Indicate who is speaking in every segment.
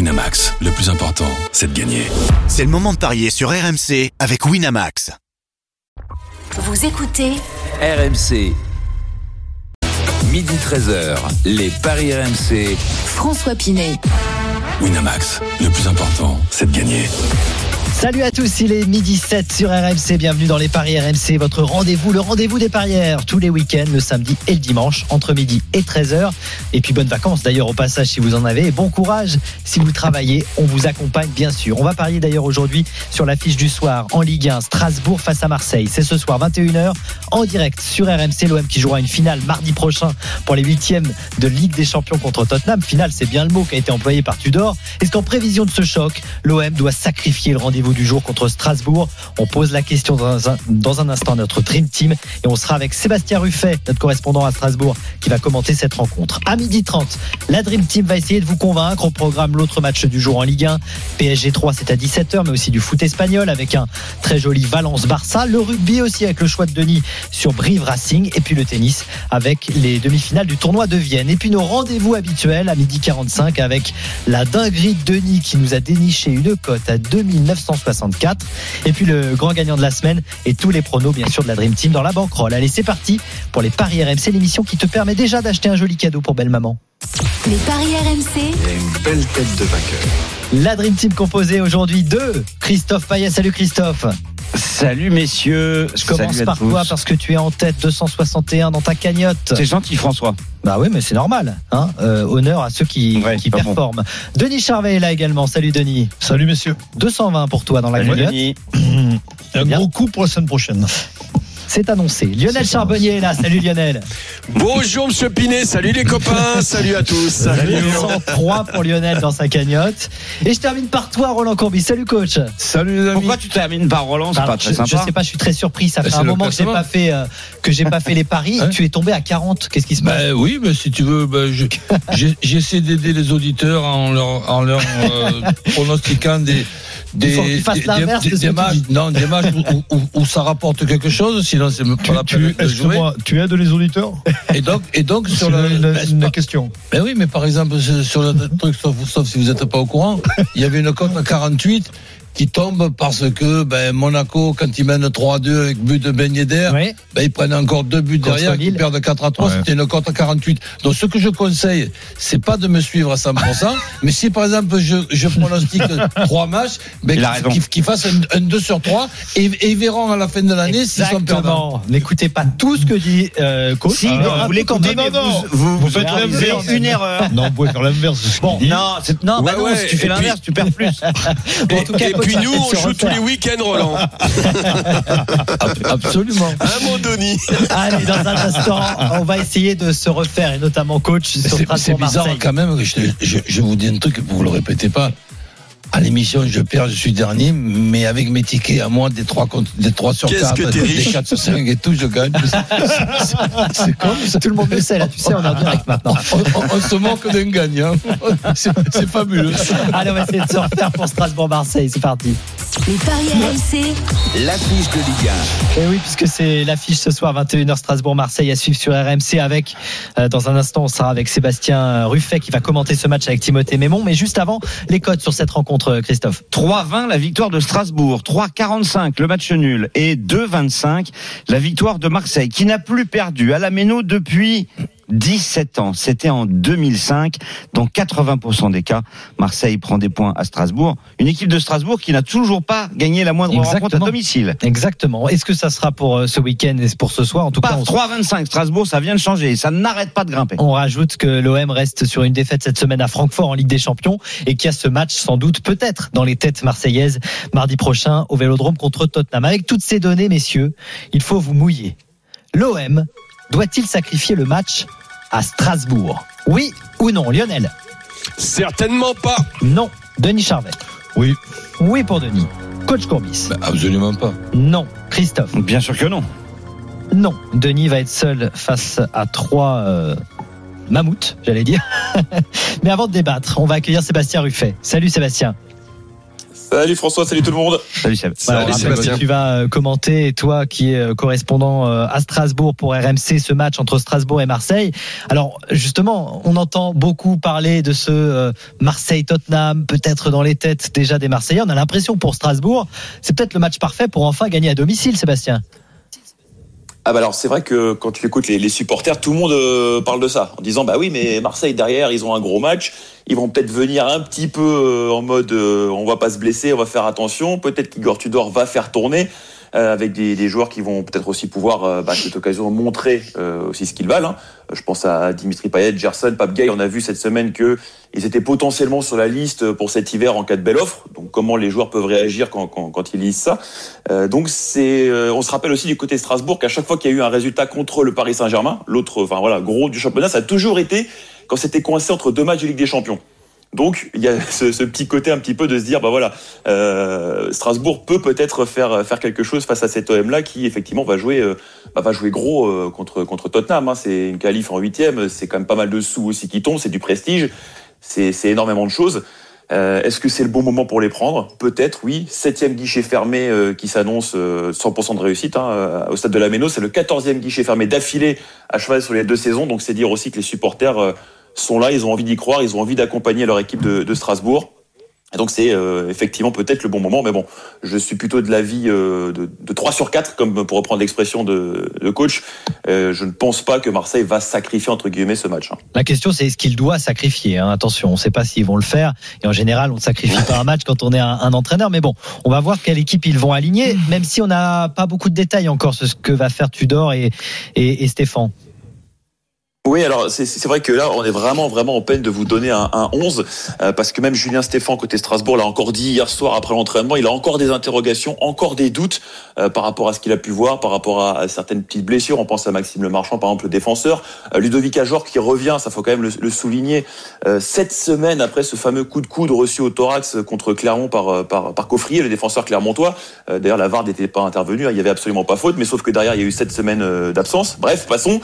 Speaker 1: Winamax, le plus important, c'est de gagner.
Speaker 2: C'est le moment de parier sur RMC avec Winamax.
Speaker 3: Vous écoutez
Speaker 4: RMC. Midi 13h, les Paris RMC.
Speaker 3: François Pinet.
Speaker 1: Winamax, le plus important, c'est de gagner.
Speaker 5: Salut à tous, il est midi 7 sur RMC. Bienvenue dans les Paris RMC, votre rendez-vous, le rendez-vous des parieurs, tous les week-ends, le samedi et le dimanche, entre midi et 13h. Et puis bonnes vacances d'ailleurs au passage si vous en avez. Et bon courage si vous travaillez, on vous accompagne bien sûr. On va parier d'ailleurs aujourd'hui sur l'affiche du soir en Ligue 1, Strasbourg face à Marseille. C'est ce soir 21h en direct sur RMC, l'OM qui jouera une finale mardi prochain pour les huitièmes de Ligue des Champions contre Tottenham. Finale, c'est bien le mot qui a été employé par Tudor. Est-ce qu'en prévision de ce choc, l'OM doit sacrifier le rendez-vous du jour contre Strasbourg. On pose la question dans un, dans un instant à notre Dream Team et on sera avec Sébastien Ruffet, notre correspondant à Strasbourg, qui va commenter cette rencontre. À 12h30, la Dream Team va essayer de vous convaincre. On programme l'autre match du jour en Ligue 1. PSG 3, c'est à 17h, mais aussi du foot espagnol avec un très joli Valence-Barça. Le rugby aussi avec le choix de Denis sur Brive Racing et puis le tennis avec les demi-finales du tournoi de Vienne. Et puis nos rendez-vous habituels à 12h45 avec la dinguerie de Denis qui nous a déniché une cote à 2900 64. Et puis le grand gagnant de la semaine et tous les pronos, bien sûr, de la Dream Team dans la banquerolle. Allez, c'est parti pour les Paris RMC, l'émission qui te permet déjà d'acheter un joli cadeau pour belle maman.
Speaker 3: Les Paris RMC,
Speaker 6: Il y a une belle tête de vainqueur.
Speaker 5: La Dream Team composée aujourd'hui de Christophe Payet. Salut Christophe.
Speaker 7: Salut messieurs,
Speaker 5: Je commence
Speaker 7: Salut à
Speaker 5: par
Speaker 7: tous.
Speaker 5: toi parce que tu es en tête 261 dans ta cagnotte.
Speaker 7: C'est gentil François.
Speaker 5: Bah oui, mais c'est normal. Hein Euh, honneur à ceux qui,
Speaker 7: Ouais,
Speaker 5: qui
Speaker 7: pas bon.
Speaker 5: performent. Denis Charvet est là également. Salut Denis.
Speaker 8: Salut messieurs.
Speaker 5: 220 pour toi dans la cagnotte.
Speaker 8: Un
Speaker 5: Bien.
Speaker 8: gros coup pour la semaine prochaine.
Speaker 5: C'est annoncé. Lionel Charbonnier est là. Salut Lionel.
Speaker 9: Bonjour Monsieur Pinet, salut les copains, salut à tous.
Speaker 5: 203 pour Lionel dans sa cagnotte. Et je termine par toi, Roland Courbis. Salut, coach.
Speaker 7: Salut les amis. Pourquoi tu termines par Roland C'est pas
Speaker 5: Alors,
Speaker 7: très
Speaker 5: je,
Speaker 7: sympa.
Speaker 5: je sais pas, je suis très surpris. Ça fait
Speaker 8: Eh, c'est
Speaker 5: un
Speaker 8: le
Speaker 5: moment que j'ai
Speaker 8: classement.
Speaker 5: pas fait euh, que j'ai pas fait les paris.
Speaker 8: Hein Bah,
Speaker 5: tu es tombé à 40. Qu'est-ce qui se passe
Speaker 10: Ben oui, mais si tu veux, ben, je- j'ai- j'essaie d'aider les auditeurs en leur, en leur euh, pronostiquant des. Des,
Speaker 5: Il faut qu'ils fassent
Speaker 10: des- des-
Speaker 5: l'inverse de
Speaker 10: des-
Speaker 5: ce que
Speaker 10: des
Speaker 5: tu
Speaker 10: matchs,
Speaker 5: dis.
Speaker 10: non, des matchs où, où- où ça rapporte quelque chose, sinon c'est pas la
Speaker 8: Tu,
Speaker 10: peine de jouer.
Speaker 8: excuse-moi, tu aides les auditeurs
Speaker 10: Et donc, et donc
Speaker 8: C'est
Speaker 10: sur le,
Speaker 8: une,
Speaker 10: ben, c'est
Speaker 8: une
Speaker 10: pas-
Speaker 8: question.
Speaker 10: ben oui, mais par exemple sur sur le truc, sauf, sauf si vous n'êtes pas au courant, il y avait une cote à 48 qui tombe parce que ben, Monaco, quand ils mènent 3-2 avec but de Ben Yedder,
Speaker 5: Ouais.
Speaker 10: ben, ils prennent encore deux buts
Speaker 5: Contre
Speaker 10: derrière,
Speaker 5: Lille.
Speaker 10: ils perdent 4 à 3, c'était une cote à 48. Donc ce que je conseille, c'est pas de me suivre à 100%, mais si par exemple je, je pronostique trois matchs, ben,
Speaker 7: Il a
Speaker 10: qu'ils
Speaker 7: raison.
Speaker 10: qu'ils- qu'ils fassent un, un 2 sur 3 et, et ils verront à la fin de l'année s'ils sont perdants.
Speaker 5: Exactement. N'écoutez pas tout ce que dit euh, coach.
Speaker 7: Si,
Speaker 5: Mais
Speaker 7: non,
Speaker 5: un
Speaker 7: vous
Speaker 5: peu
Speaker 7: l'écoutez,
Speaker 5: quand
Speaker 7: mais
Speaker 5: même.
Speaker 7: vous, vous, vous faites
Speaker 5: Regardez,
Speaker 7: vous faites une erreur.
Speaker 8: Non, on pouvait faire l'inverse. Bon,
Speaker 7: Non, c'est- non, bah
Speaker 9: Ouais,
Speaker 7: non,
Speaker 9: ouais,
Speaker 7: si tu
Speaker 9: et
Speaker 7: fais l'inverse, tu perds plus.
Speaker 5: Bon, en tout cas,
Speaker 9: Et
Speaker 5: coach,
Speaker 9: puis
Speaker 5: ça
Speaker 9: nous,
Speaker 5: fait
Speaker 9: on
Speaker 5: se
Speaker 9: joue tous
Speaker 5: refaire.
Speaker 9: les week-ends, Roland.
Speaker 10: Absolument.
Speaker 9: Un mot, Denis.
Speaker 5: Allez, dans un instant, on va essayer de se refaire, et notamment coach sur
Speaker 10: C'est c'est
Speaker 5: Strasbourg
Speaker 10: bizarre
Speaker 5: Marseille.
Speaker 10: quand même. que Je, je- je vous dis un truc, vous le répétez pas. À l'émission, je perds, je suis dernier, mais avec mes tickets à moi, des 3, des trois sur
Speaker 9: Qu'est-ce
Speaker 10: 4,
Speaker 9: que t'es
Speaker 10: des
Speaker 9: riche.
Speaker 10: 4 sur 5 et tout, je gagne. C'est- C'est comme ça.
Speaker 5: Tout le monde le sait, là, tu sais, on est en direct maintenant.
Speaker 10: On, on- on se manque d'un gagnant. C'est c'est fabuleux.
Speaker 5: Allez, on va essayer de se refaire pour Strasbourg-Marseille. C'est parti.
Speaker 3: les Paris RMC,
Speaker 4: L'affiche de Ligue
Speaker 5: Et oui, puisque c'est l'affiche ce soir, 21h Strasbourg-Marseille à suivre sur RMC avec, euh, dans un instant, on sera avec Sébastien Ruffet qui va commenter ce match avec Timothée Mémon. Mais juste avant, les codes sur cette rencontre, euh, Christophe.
Speaker 7: 3-20 la victoire de Strasbourg, 3-45 le match nul et 2-25 la victoire de Marseille qui n'a plus perdu à la Méno depuis 17 ans. C'était en 2005. Dans 80% des cas, Marseille prend des points à Strasbourg. Une équipe de Strasbourg qui n'a toujours pas gagné la moindre rencontre à
Speaker 5: Exactement.
Speaker 7: domicile.
Speaker 5: Exactement. Est-ce que ça sera pour euh, ce week-end et pour ce soir En tout cas,
Speaker 7: Paf,
Speaker 5: on,
Speaker 7: 3-25 Strasbourg, ça vient de changer. Ça n'arrête pas de grimper.
Speaker 5: on rajoute que l'OM reste sur une défaite cette semaine à Francfort en Ligue des Champions et qu'il y a ce match sans doute peut-être dans les têtes marseillaises mardi prochain au Vélodrome contre Tottenham. Avec toutes ces données, messieurs, il faut vous mouiller. L'OM doit-il sacrifier le match à Strasbourg Oui ou non, Lionel
Speaker 9: Certainement pas.
Speaker 5: Non. Denis Charvet
Speaker 8: Oui. Bah.
Speaker 5: Oui pour Denis. Coach Courbis
Speaker 10: absolument pas.
Speaker 5: Non. Christophe
Speaker 7: Bien sûr que non.
Speaker 5: Non. Denis va être seul face à trois euh, mammouths, j'allais dire. Mais avant de débattre, on va accueillir Sébastien Ruffet. Salut Sébastien.
Speaker 6: Salut François, salut tout le monde.
Speaker 7: Salut Seb.
Speaker 5: Voilà,
Speaker 6: Salut
Speaker 5: on rappelle
Speaker 6: Sébastien.
Speaker 5: que tu vas euh, commenter, toi qui es euh, correspondant euh, à Strasbourg pour RMC, ce match entre Strasbourg et Marseille. Alors justement, on entend beaucoup parler de ce euh, Marseille-Tottenham, peut-être dans les têtes déjà des Marseillais. On a l'impression pour Strasbourg, c'est peut-être le match parfait pour enfin gagner à domicile, Sébastien.
Speaker 6: Ah bah alors c'est vrai que quand tu écoutes les, les supporters, tout le monde euh, parle de ça, en disant bah oui mais Marseille derrière ils ont un gros match, ils vont peut-être venir un petit peu euh, en mode euh, on va pas se blesser, on va faire attention, peut-être qu'Igor Tudor va faire tourner euh, avec des, des joueurs qui vont peut-être aussi pouvoir euh, bah, à cette occasion montrer euh, aussi ce qu'ils valent. hein. Je pense à Dimitri Payet, Gerson, Pape Gay, on a vu cette semaine que ils étaient potentiellement sur la liste euh, pour cet hiver en cas de belle offre. Donc comment les joueurs peuvent réagir quand, quand, quand ils lisent ça euh, donc c'est, euh, on se rappelle aussi du côté de Strasbourg qu'à chaque fois qu'il y a eu un résultat contre le Paris Saint-Germain, l'autre, enfin voilà, gros du championnat, ça a toujours été quand c'était coincé entre deux matchs de Ligue des Champions. Donc il y a ce, ce petit côté un petit peu de se dire bah voilà euh, Strasbourg peut peut-être faire faire quelque chose face à cet OM là qui effectivement va jouer euh, bah, va jouer gros euh, contre contre Tottenham hein. c'est une qualif en huitième c'est quand même pas mal de sous aussi qui tombent c'est du prestige c'est c'est énormément de choses euh, Est-ce que c'est le bon moment pour les prendre Peut-être, oui. Septième guichet fermé euh, qui s'annonce euh, 100% de réussite hein, euh, au stade de la Méno. C'est le quatorzième guichet fermé d'affilée à cheval sur les deux saisons. Donc c'est dire aussi que les supporters euh, sont là, ils ont envie d'y croire, ils ont envie d'accompagner leur équipe de, de Strasbourg. Et donc c'est euh, effectivement peut-être le bon moment. Mais bon, je suis plutôt de l'avis euh, de, de 3 sur 4, comme pour reprendre l'expression de, de coach. Euh, je ne pense pas que Marseille va sacrifier entre guillemets ce match. hein.
Speaker 5: La question, c'est ce qu'il doit sacrifier. hein. Attention, on ne sait pas s'ils vont le faire. Et en général, on ne sacrifie pas un match quand on est un, un entraîneur. Mais bon, on va voir quelle équipe ils vont aligner, même si on n'a pas beaucoup de détails encore sur ce que va faire Tudor et, et, et Stéphane.
Speaker 6: Oui, alors c'est- c'est c'est vrai que là, on est vraiment, vraiment en peine de vous donner un, un 11, euh, parce que même Julien Stéphan, côté Strasbourg, l'a encore dit hier soir après l'entraînement, il a encore des interrogations, encore des doutes euh, par rapport à ce qu'il a pu voir, par rapport à, à certaines petites blessures. On pense à Maxime Le Marchand, par exemple, le défenseur. Euh, Ludovic Ajor qui revient, ça faut quand même le, le souligner, euh, sept semaines après ce fameux coup de coude reçu au thorax euh, contre Clermont par, euh, par, par Coffrier, le défenseur clermontois. Euh, D'ailleurs, la VAR n'était pas intervenue, hein, il y avait absolument pas faute, mais sauf que derrière, il y a eu sept semaines euh, d'absence. Bref, passons.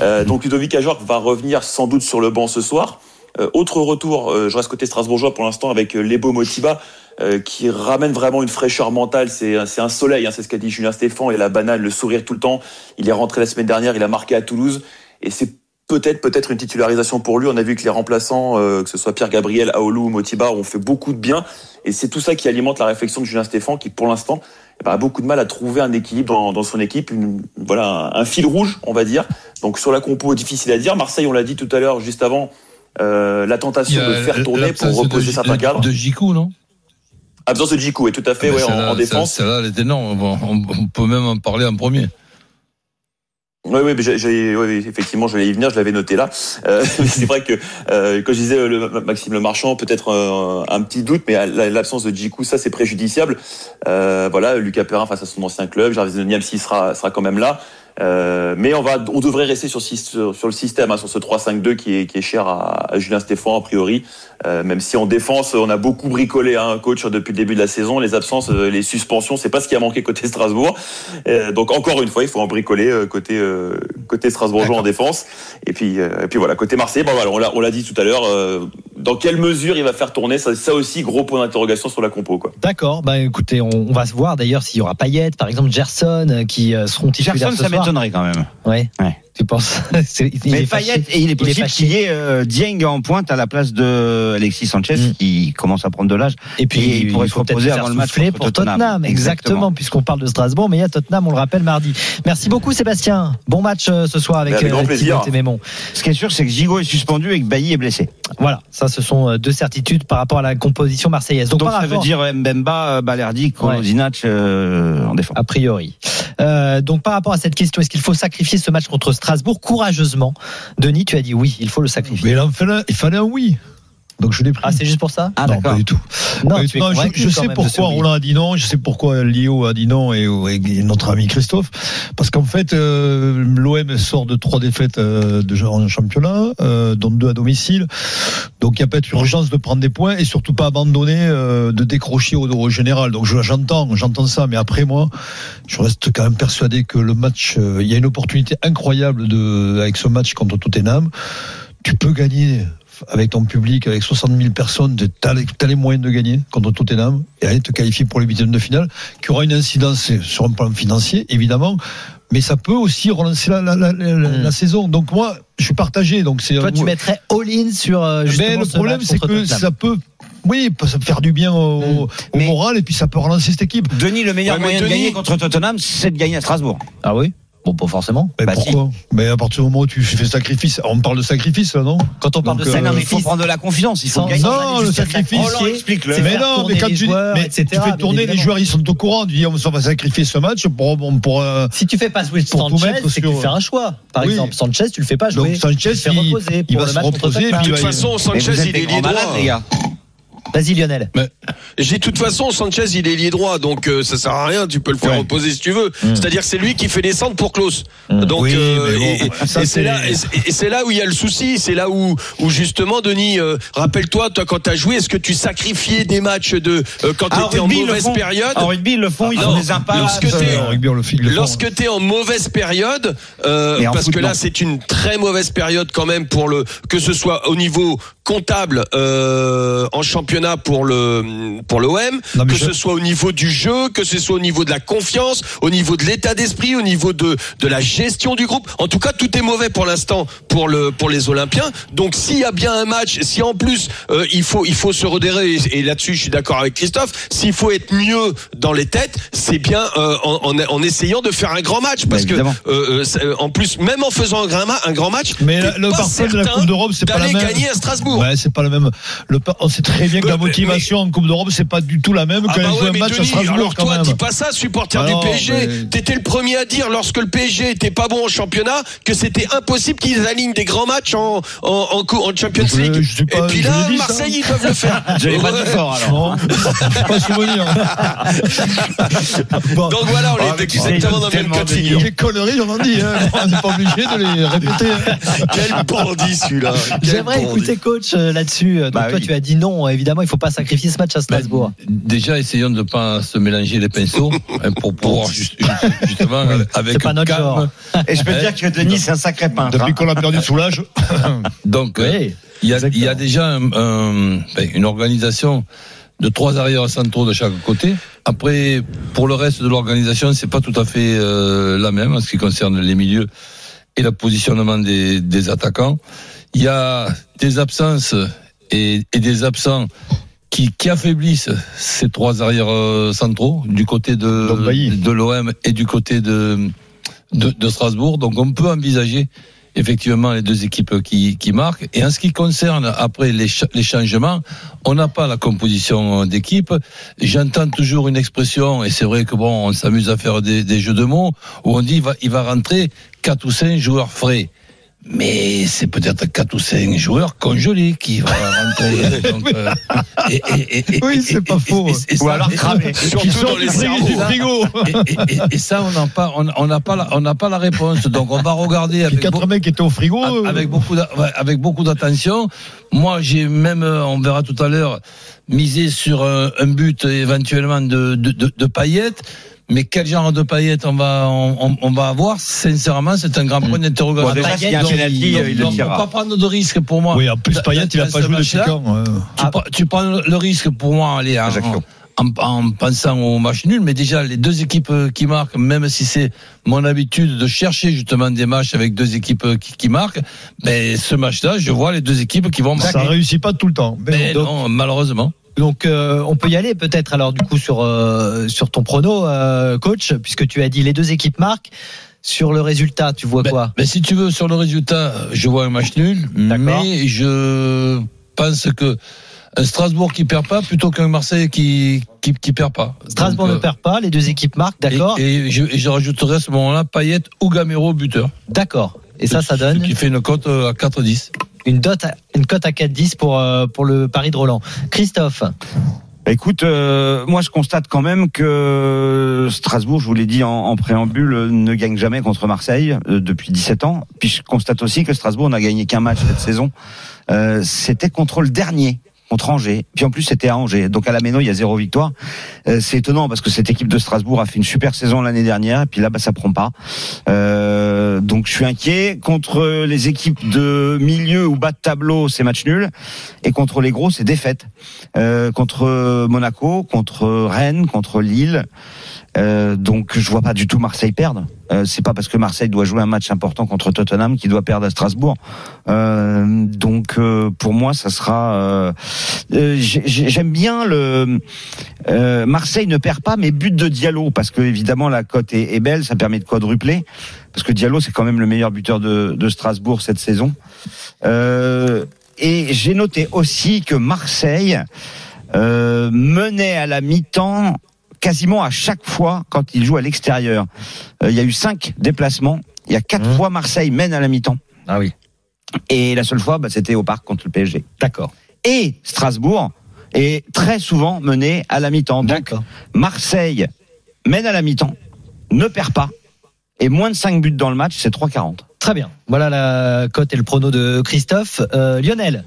Speaker 6: Euh, donc Ludovic Ajorc va revenir sans doute sur le banc ce soir. Euh, autre retour, euh, je reste côté strasbourgeois pour l'instant avec euh, Lebo Motiba euh, qui ramène vraiment une fraîcheur mentale. C'est un- c'est un soleil, hein, c'est ce qu'a dit Julien Stéphan. Et la banane, le sourire tout le temps. Il est rentré la semaine dernière, il a marqué à Toulouse et c'est peut-être peut-être une titularisation pour lui. On a vu que les remplaçants, euh, que ce soit Pierre Gabriel, Aoulou ou Motiba, ont fait beaucoup de bien. Et c'est tout ça qui alimente la réflexion de Julien Stéphan qui pour l'instant eh ben, a beaucoup de mal à trouver un équilibre dans, dans son équipe, une, voilà un- un fil rouge, on va dire. Donc sur la compo, difficile à dire. Marseille, on l'a dit tout à l'heure, juste avant, euh, la tentation de faire tourner pour reposer certains cadres.
Speaker 10: De Jiku, non
Speaker 6: Absence Ah, de Djikou, et tout à fait, Eh
Speaker 8: Ah,
Speaker 6: ouais, en, en défense.
Speaker 10: Celle-là, elle est énorme. Bon, On, on peut même en parler en premier.
Speaker 6: Oui, oui, mais j'ai- j'ai- oui, oui, effectivement, je vais y venir, je l'avais noté là. Euh, mais c'est vrai que, euh, quand je disais euh, le, Maxime Le Marchand, peut-être euh, un petit doute, mais à la- l'absence de Djikou, ça c'est préjudiciable. Euh, voilà, Lucas Perrin face à son ancien club, Jarvis Niamsi sera, sera quand même là. Euh, mais on va, on devrait rester sur, six- sur, sur le système, hein, sur ce 3-5-2 qui est, qui est cher à, à Julien Stéphan a priori. Euh, même si en défense, on a beaucoup bricolé, hein, coach, depuis le début de la saison, les absences, euh, les suspensions, c'est pas ce qui a manqué côté Strasbourg. Euh, donc encore une fois, il faut en bricoler euh, côté euh, côté Strasbourgeois en défense. Et puis euh, et puis voilà, côté Marseille, bon, voilà, on l'a on l'a dit tout à l'heure. euh, dans quelle mesure il va faire tourner ça, ça aussi gros point d'interrogation sur la compo quoi.
Speaker 5: D'accord, bah écoutez, on, on va se voir d'ailleurs s'il y aura Payet, par exemple Gerson, euh, qui euh, seront titulaires
Speaker 7: Gerson,
Speaker 5: ce
Speaker 7: ça
Speaker 5: soir.
Speaker 7: m'étonnerait quand même.
Speaker 5: Ouais.
Speaker 7: Ouais.
Speaker 5: Tu penses C'est- il
Speaker 7: mais
Speaker 5: est fâché.
Speaker 7: Payet, et il est possible
Speaker 5: fâché.
Speaker 7: qu'il y ait euh, Dieng en pointe à la place de Alexis Sanchez
Speaker 5: Mm.
Speaker 7: qui commence à prendre de l'âge.
Speaker 5: Et puis
Speaker 7: Et il
Speaker 5: il
Speaker 7: pourrait
Speaker 5: pourrait
Speaker 7: se
Speaker 5: faut peut-être
Speaker 7: reposer
Speaker 5: faire
Speaker 7: avant le match
Speaker 5: souffler
Speaker 7: contre
Speaker 5: pour Tottenham.
Speaker 7: Tottenham.
Speaker 5: Exactement,
Speaker 7: Exactement.
Speaker 5: puisqu'on parle de Strasbourg, mais il y a Tottenham, on le rappelle mardi. Merci beaucoup Sébastien. Bon match euh, ce soir avec,
Speaker 6: Avec grand plaisir.
Speaker 5: Timothée Mémon.
Speaker 7: Ce qui est sûr, c'est que Gigot est suspendu et que Bailly est blessé.
Speaker 5: Voilà, ça ce sont euh, deux certitudes par rapport à la composition marseillaise. Donc,
Speaker 7: Donc,
Speaker 5: par
Speaker 7: ça veut
Speaker 5: rapport-
Speaker 7: dire Mbemba, euh, Balerdi, Kolasinac euh, en défense.
Speaker 5: a priori. Euh, donc par rapport à cette question, est-ce qu'il faut sacrifier ce match contre Strasbourg courageusement Denis, tu as dit oui, il faut le sacrifier.
Speaker 8: Mais il en fallait, il fallait un oui. Donc je l'ai pris.
Speaker 5: Ah, c'est juste pour ça
Speaker 7: Ah,
Speaker 8: non,
Speaker 7: d'accord.
Speaker 8: pas du tout.
Speaker 5: Non,
Speaker 8: Mais
Speaker 5: tu es
Speaker 8: Bah, non, je,
Speaker 5: convaincu
Speaker 8: je
Speaker 5: quand
Speaker 8: sais
Speaker 5: même de ce
Speaker 8: pourquoi
Speaker 5: oui.
Speaker 8: Roland a dit non, je sais pourquoi Lio a dit non et, et notre ami Christophe. Parce qu'en fait, euh, l'OM sort de trois défaites euh, de, en championnat, euh, dont deux à domicile. Donc il n'y a pas d'urgence de prendre des points et surtout pas abandonner, euh, de décrocher au, au général. Donc je- j'entends, j'entends ça, mais après moi, je reste quand même persuadé que le match, euh, il y a une opportunité incroyable de, avec ce match contre Tottenham. Tu peux gagner avec ton public, avec 60 000 personnes, t'as les, t'as les moyens de gagner contre Tottenham et aller te qualifier pour les huitièmes de finale, qui aura une incidence sur un plan financier, évidemment, mais ça peut aussi relancer la, la, la, la- la saison. Donc moi, je suis partagé. Donc c'est
Speaker 5: Hmm. Toi, tu mettrais all-in sur. euh, justement
Speaker 8: mais le
Speaker 5: ce
Speaker 8: problème,
Speaker 5: match
Speaker 8: c'est
Speaker 5: contre
Speaker 8: que
Speaker 5: Tottenham. Hmm.
Speaker 8: ça peut, oui, ça peut faire du bien au, au
Speaker 7: Mais-
Speaker 8: moral et puis ça peut relancer cette équipe.
Speaker 7: Ah, Denis, le meilleur
Speaker 9: Ouais, mais
Speaker 7: moyen de
Speaker 9: Denis-
Speaker 7: gagner contre Tottenham, c'est de gagner à Strasbourg.
Speaker 5: Ah oui Bon, pas forcément.
Speaker 8: Mais
Speaker 7: Bah,
Speaker 8: pourquoi Mais à partir du moment où tu fais sacrifice, on parle de sacrifice là, non
Speaker 5: Quand on parle
Speaker 8: Donc,
Speaker 5: de
Speaker 8: euh,
Speaker 7: Ça, non, mais il
Speaker 5: sacrifice,
Speaker 7: faut prendre de la confiance. Il faut
Speaker 5: Sans-
Speaker 7: gagner.
Speaker 5: sans
Speaker 8: Non,
Speaker 5: aller
Speaker 8: le
Speaker 5: jusqu'à
Speaker 8: sacrifice,
Speaker 5: sacrifier,
Speaker 7: Oh là, explique-le.
Speaker 5: c'est
Speaker 8: Mais
Speaker 5: faire
Speaker 8: non,
Speaker 5: tourner
Speaker 8: mais quand
Speaker 5: les
Speaker 8: tu, dis-
Speaker 5: joueurs,
Speaker 8: mais
Speaker 5: etc.,
Speaker 8: tu fais
Speaker 5: bien
Speaker 8: tourner les
Speaker 5: évidemment.
Speaker 8: joueurs, ils sont au courant. Tu dis, on va sacrifier ce match pour, pour euh,
Speaker 5: Si tu fais pas jouer
Speaker 8: Pour tout
Speaker 5: Sanchez,
Speaker 8: mettre
Speaker 5: c'est que tu
Speaker 8: sur-
Speaker 5: fais un choix. Par
Speaker 8: Oui.
Speaker 5: exemple, Sanchez, tu le fais pas jouer.
Speaker 8: Donc, Sanchez,
Speaker 5: Tu le fais
Speaker 8: il-
Speaker 5: reposer
Speaker 8: il
Speaker 5: pour
Speaker 8: va
Speaker 5: le
Speaker 8: se
Speaker 5: match contre
Speaker 8: reposer,
Speaker 5: Tottenham.
Speaker 8: puis
Speaker 9: De toute façon,
Speaker 7: Mais vous
Speaker 9: Sanchez,
Speaker 7: êtes
Speaker 9: il
Speaker 7: des
Speaker 9: est
Speaker 7: grands
Speaker 9: lié
Speaker 7: malades, les
Speaker 9: droit.
Speaker 7: gars.
Speaker 5: Vas-y Lionel.
Speaker 9: Je dis de toute façon, Sanchez, il est lié droit, donc euh, ça sert à rien. Tu peux le faire
Speaker 7: Ouais. Hmm.
Speaker 9: reposer si tu veux. C'est-à-dire, que c'est lui qui fait descendre pour Klaus. Donc,
Speaker 8: Oui,
Speaker 9: euh,
Speaker 8: mais bon,
Speaker 9: et- et,
Speaker 8: ça, c'est-
Speaker 9: et c'est là, et, et c'est là où il y a le souci. C'est là où, où justement, Denis, euh, rappelle-toi, toi, quand t'as joué, est-ce que tu sacrifiais des matchs de euh, quand
Speaker 7: Ah, en
Speaker 9: t'étais en
Speaker 7: rugby, ils le
Speaker 9: mauvaise
Speaker 7: font.
Speaker 9: période
Speaker 7: En rugby, ils le font, ils
Speaker 9: Ah,
Speaker 7: font
Speaker 9: non.
Speaker 7: des impasses. Euh,
Speaker 9: Lorsque t'es-
Speaker 8: en rugby, on le file le fond.
Speaker 9: Lorsque tu es en mauvaise période, euh,
Speaker 7: Et en
Speaker 9: parce
Speaker 7: foot,
Speaker 9: que là
Speaker 7: non.
Speaker 9: c'est une très mauvaise période quand même pour le que ce soit au niveau comptable euh, en championnat pour le pour l'OM,
Speaker 8: Non, mais
Speaker 9: que
Speaker 8: je-
Speaker 9: ce soit au niveau du jeu, que ce soit au niveau de la confiance, au niveau de l'état d'esprit, au niveau de de la gestion du groupe. En tout cas, tout est mauvais pour l'instant pour le pour les Olympiens. Donc s'il y a bien un match, si en plus euh, il faut il faut se redérer et, et là-dessus je suis d'accord avec Christophe, s'il faut être mieux dans les têtes, c'est bien euh, en, en- en essayant de faire un grand match parce
Speaker 7: Bah,
Speaker 9: que
Speaker 7: évidemment.
Speaker 9: euh, euh, c'est- euh, en plus même en faisant un grand, ma- un grand match,
Speaker 8: Mais la-
Speaker 9: t'es
Speaker 8: le
Speaker 9: pas
Speaker 8: parfum de la
Speaker 9: certain
Speaker 8: Coupe d'Europe, c'est pas la
Speaker 9: d'aller
Speaker 8: même.
Speaker 9: gagner à Strasbourg.
Speaker 8: Ouais, c'est pas le même. Le par- on sait très bien que la
Speaker 9: Mais-
Speaker 8: motivation en Coupe d'Europe, c'est pas du tout la même
Speaker 9: Ah
Speaker 8: qu'elle
Speaker 9: bah
Speaker 8: joue
Speaker 9: ouais,
Speaker 8: un
Speaker 9: mais
Speaker 8: match à
Speaker 9: Denis,
Speaker 8: Strasbourg
Speaker 9: alors
Speaker 8: quand
Speaker 9: toi,
Speaker 8: même.
Speaker 9: dis pas ça, supporter
Speaker 8: Ah non,
Speaker 9: du PSG.
Speaker 8: mais-
Speaker 9: T'étais le premier à dire, lorsque le PSG était pas bon en championnat, que c'était impossible qu'ils alignent des grands matchs en, en, en, cou- en Champions
Speaker 8: Je-
Speaker 9: League.
Speaker 8: je sais pas,
Speaker 9: Et puis
Speaker 8: je
Speaker 9: là,
Speaker 8: l'ai dit, ça.
Speaker 9: Euh, Marseille, ils peuvent le faire.
Speaker 7: J'avais pas dit fort, alors.
Speaker 8: Non, Oh, je pas souvenir. Bon.
Speaker 9: Donc voilà, on
Speaker 7: Ah,
Speaker 9: est
Speaker 7: mais tu sais,
Speaker 9: exactement
Speaker 7: ils
Speaker 9: dans le même
Speaker 7: donnent
Speaker 9: cas de
Speaker 7: tellement
Speaker 9: figure.
Speaker 8: Les conneries, j'en ai dit. hein. On n'est pas obligé de les répéter. hein.
Speaker 9: Quel bandit celui-là. Quel
Speaker 5: J'aimerais
Speaker 9: bandit.
Speaker 5: écouter coach euh, là-dessus. Donc
Speaker 7: Bah
Speaker 5: toi,
Speaker 7: oui.
Speaker 5: tu as dit non. Évidemment, il faut pas sacrifier ce match à Strasbourg.
Speaker 10: Déjà, essayons de ne pas se mélanger les pinceaux hein, pour pouvoir juste- juste- justement euh, avec
Speaker 5: C'est pas notre
Speaker 10: calme.
Speaker 5: genre. Ah.
Speaker 7: Et je peux te dire que Denis, c'est un sacré peintre. hein.
Speaker 8: Depuis qu'on a perdu Soulage.
Speaker 9: Bah,
Speaker 10: Donc, euh,
Speaker 5: Oui.
Speaker 10: il y a- il y,
Speaker 5: exactement.
Speaker 10: a déjà un- un- ben, une organisation de trois arrières centraux de chaque côté. Après, pour le reste de l'organisation, c'est pas tout à fait euh, la même en ce qui concerne les milieux et le positionnement des, des attaquants. Il y a des absences et, et des absents qui, qui affaiblissent ces trois arrières euh, centraux du côté
Speaker 8: Donc, Bailly.
Speaker 10: de, de l'OM et du côté de, de, de Strasbourg. Donc on peut envisager effectivement les deux équipes qui, qui marquent. Et en ce qui concerne après les, cha- les changements, on n'a pas la composition euh, d'équipe. J'entends toujours une expression, et c'est vrai que bon, on s'amuse à faire des, des jeux de mots, où on dit il va, il va rentrer quatre ou cinq joueurs frais. Mais c'est peut-être quatre ou cinq joueurs congelés qui vont rentrer. Donc, euh, et- et- et- et-
Speaker 8: Oui,
Speaker 10: et-
Speaker 8: c'est
Speaker 10: et-
Speaker 8: pas faux.
Speaker 10: et- et- et
Speaker 7: Ou
Speaker 10: ça-
Speaker 7: alors cramé.
Speaker 8: Qui
Speaker 9: Surtout
Speaker 8: sort
Speaker 9: dans
Speaker 8: du
Speaker 9: les
Speaker 8: frigo-
Speaker 9: cerveaux.
Speaker 8: du frigo.
Speaker 10: et, et- et- et ça, on n'a pas, on on n'a pas, la- on n'a pas la réponse. Donc, on va regarder
Speaker 8: Puis
Speaker 10: avec,
Speaker 8: quatre
Speaker 10: beau-
Speaker 8: mecs étaient au frigo. euh,
Speaker 10: avec beaucoup, d'a- ouais, avec beaucoup d'attention. Moi, j'ai même, euh, on verra tout à l'heure, misé sur euh, un but éventuellement de, de, de, de paillettes. Mais quel genre de paillettes on va, on, on- on va avoir Sincèrement, c'est un grand point
Speaker 7: Mmh. Bon,
Speaker 10: d'interrogation.
Speaker 7: déjà, s'il y a un
Speaker 10: Donc,
Speaker 7: penalty,
Speaker 10: donc,
Speaker 7: euh, il le
Speaker 10: donc, faut pas
Speaker 7: tirera.
Speaker 10: prendre de risque pour moi.
Speaker 8: Oui, en plus,
Speaker 10: Dans-
Speaker 8: Payet, il a
Speaker 10: dans
Speaker 8: pas
Speaker 10: ce
Speaker 8: joué depuis
Speaker 10: match-là,
Speaker 8: quand euh.
Speaker 10: tu, prends- tu prends le risque pour moi aller en,
Speaker 7: Ajaccio.
Speaker 10: en- en pensant au match nul, mais déjà les deux équipes euh, qui marquent, même si c'est mon habitude de chercher justement des matchs avec deux équipes euh, qui, qui marquent, mais ce match-là, je vois les deux équipes qui vont
Speaker 8: Ça
Speaker 10: marquer.
Speaker 8: réussit pas tout le temps. Mais
Speaker 10: Mais
Speaker 8: bon, donc,
Speaker 10: non, malheureusement.
Speaker 5: Donc euh, on peut y aller peut-être alors du coup sur euh, sur ton prono euh, coach puisque tu as dit les deux équipes marquent sur le résultat tu vois
Speaker 9: Bah,
Speaker 10: Mais,
Speaker 5: quoi
Speaker 10: mais si tu veux, sur le résultat, je vois un match nul,
Speaker 5: D'accord.
Speaker 10: mais je pense que un Strasbourg qui perd pas plutôt qu'un Marseille qui, qui, qui perd pas.
Speaker 5: Strasbourg
Speaker 10: Donc,
Speaker 5: ne
Speaker 10: euh,
Speaker 5: perd pas les deux équipes marquent d'accord
Speaker 10: Et, et je, et je rajouterai à ce moment-là Payet ou Gamero buteur.
Speaker 5: d'accord et ça ça
Speaker 10: Ce
Speaker 5: donne
Speaker 10: qui fait une cote euh, à 4-10.
Speaker 5: une dot à- une cote à 4-10 pour euh, pour le pari de Roland Christophe
Speaker 7: Écoute, euh, moi je constate quand même que Strasbourg, je vous l'ai dit en, en préambule, euh, ne gagne jamais contre Marseille euh, depuis 17 ans. Puis je constate aussi que Strasbourg n'a gagné qu'un match cette saison. Euh, C'était contre le dernier. contre Angers. Puis en plus, c'était à Angers. Donc à la Méno, il y a zéro victoire. Euh, c'est étonnant parce que cette équipe de Strasbourg a fait une super saison l'année dernière. Et puis là, bah, ça prend pas. Euh, donc je suis inquiet. Contre les équipes de milieu ou bas de tableau, c'est match nul. Et contre les gros, c'est défaite. Euh, contre Monaco, contre Rennes, contre Lille. Euh, donc je vois pas du tout Marseille perdre. Euh, c'est pas parce que Marseille doit jouer un match important contre Tottenham qu'il doit perdre à Strasbourg. Euh, donc euh, pour moi, ça sera. euh, euh, j'ai- j'ai- J'aime bien le euh, Marseille ne perd pas, mais but de Diallo parce que évidemment la cote est, est belle, ça permet de quadrupler parce que Diallo c'est quand même le meilleur buteur de, de Strasbourg cette saison. Euh, et j'ai noté aussi que Marseille euh, menait à la mi-temps quasiment à chaque fois quand il joue à l'extérieur. Euh, Il y a eu cinq déplacements. Il y a quatre
Speaker 5: Mmh.
Speaker 7: fois Marseille mène à la mi-temps.
Speaker 5: Ah oui.
Speaker 7: Et la seule fois, bah, c'était au parc contre le PSG.
Speaker 5: D'accord.
Speaker 7: Et Strasbourg est très souvent mené à la mi-temps. Donc
Speaker 5: D'accord.
Speaker 7: Marseille mène à la mi-temps, ne perd pas, et moins de 5 buts dans le match, c'est 3,40.
Speaker 5: Très bien. Voilà la cote et le prono de Christophe. Euh, Lionel.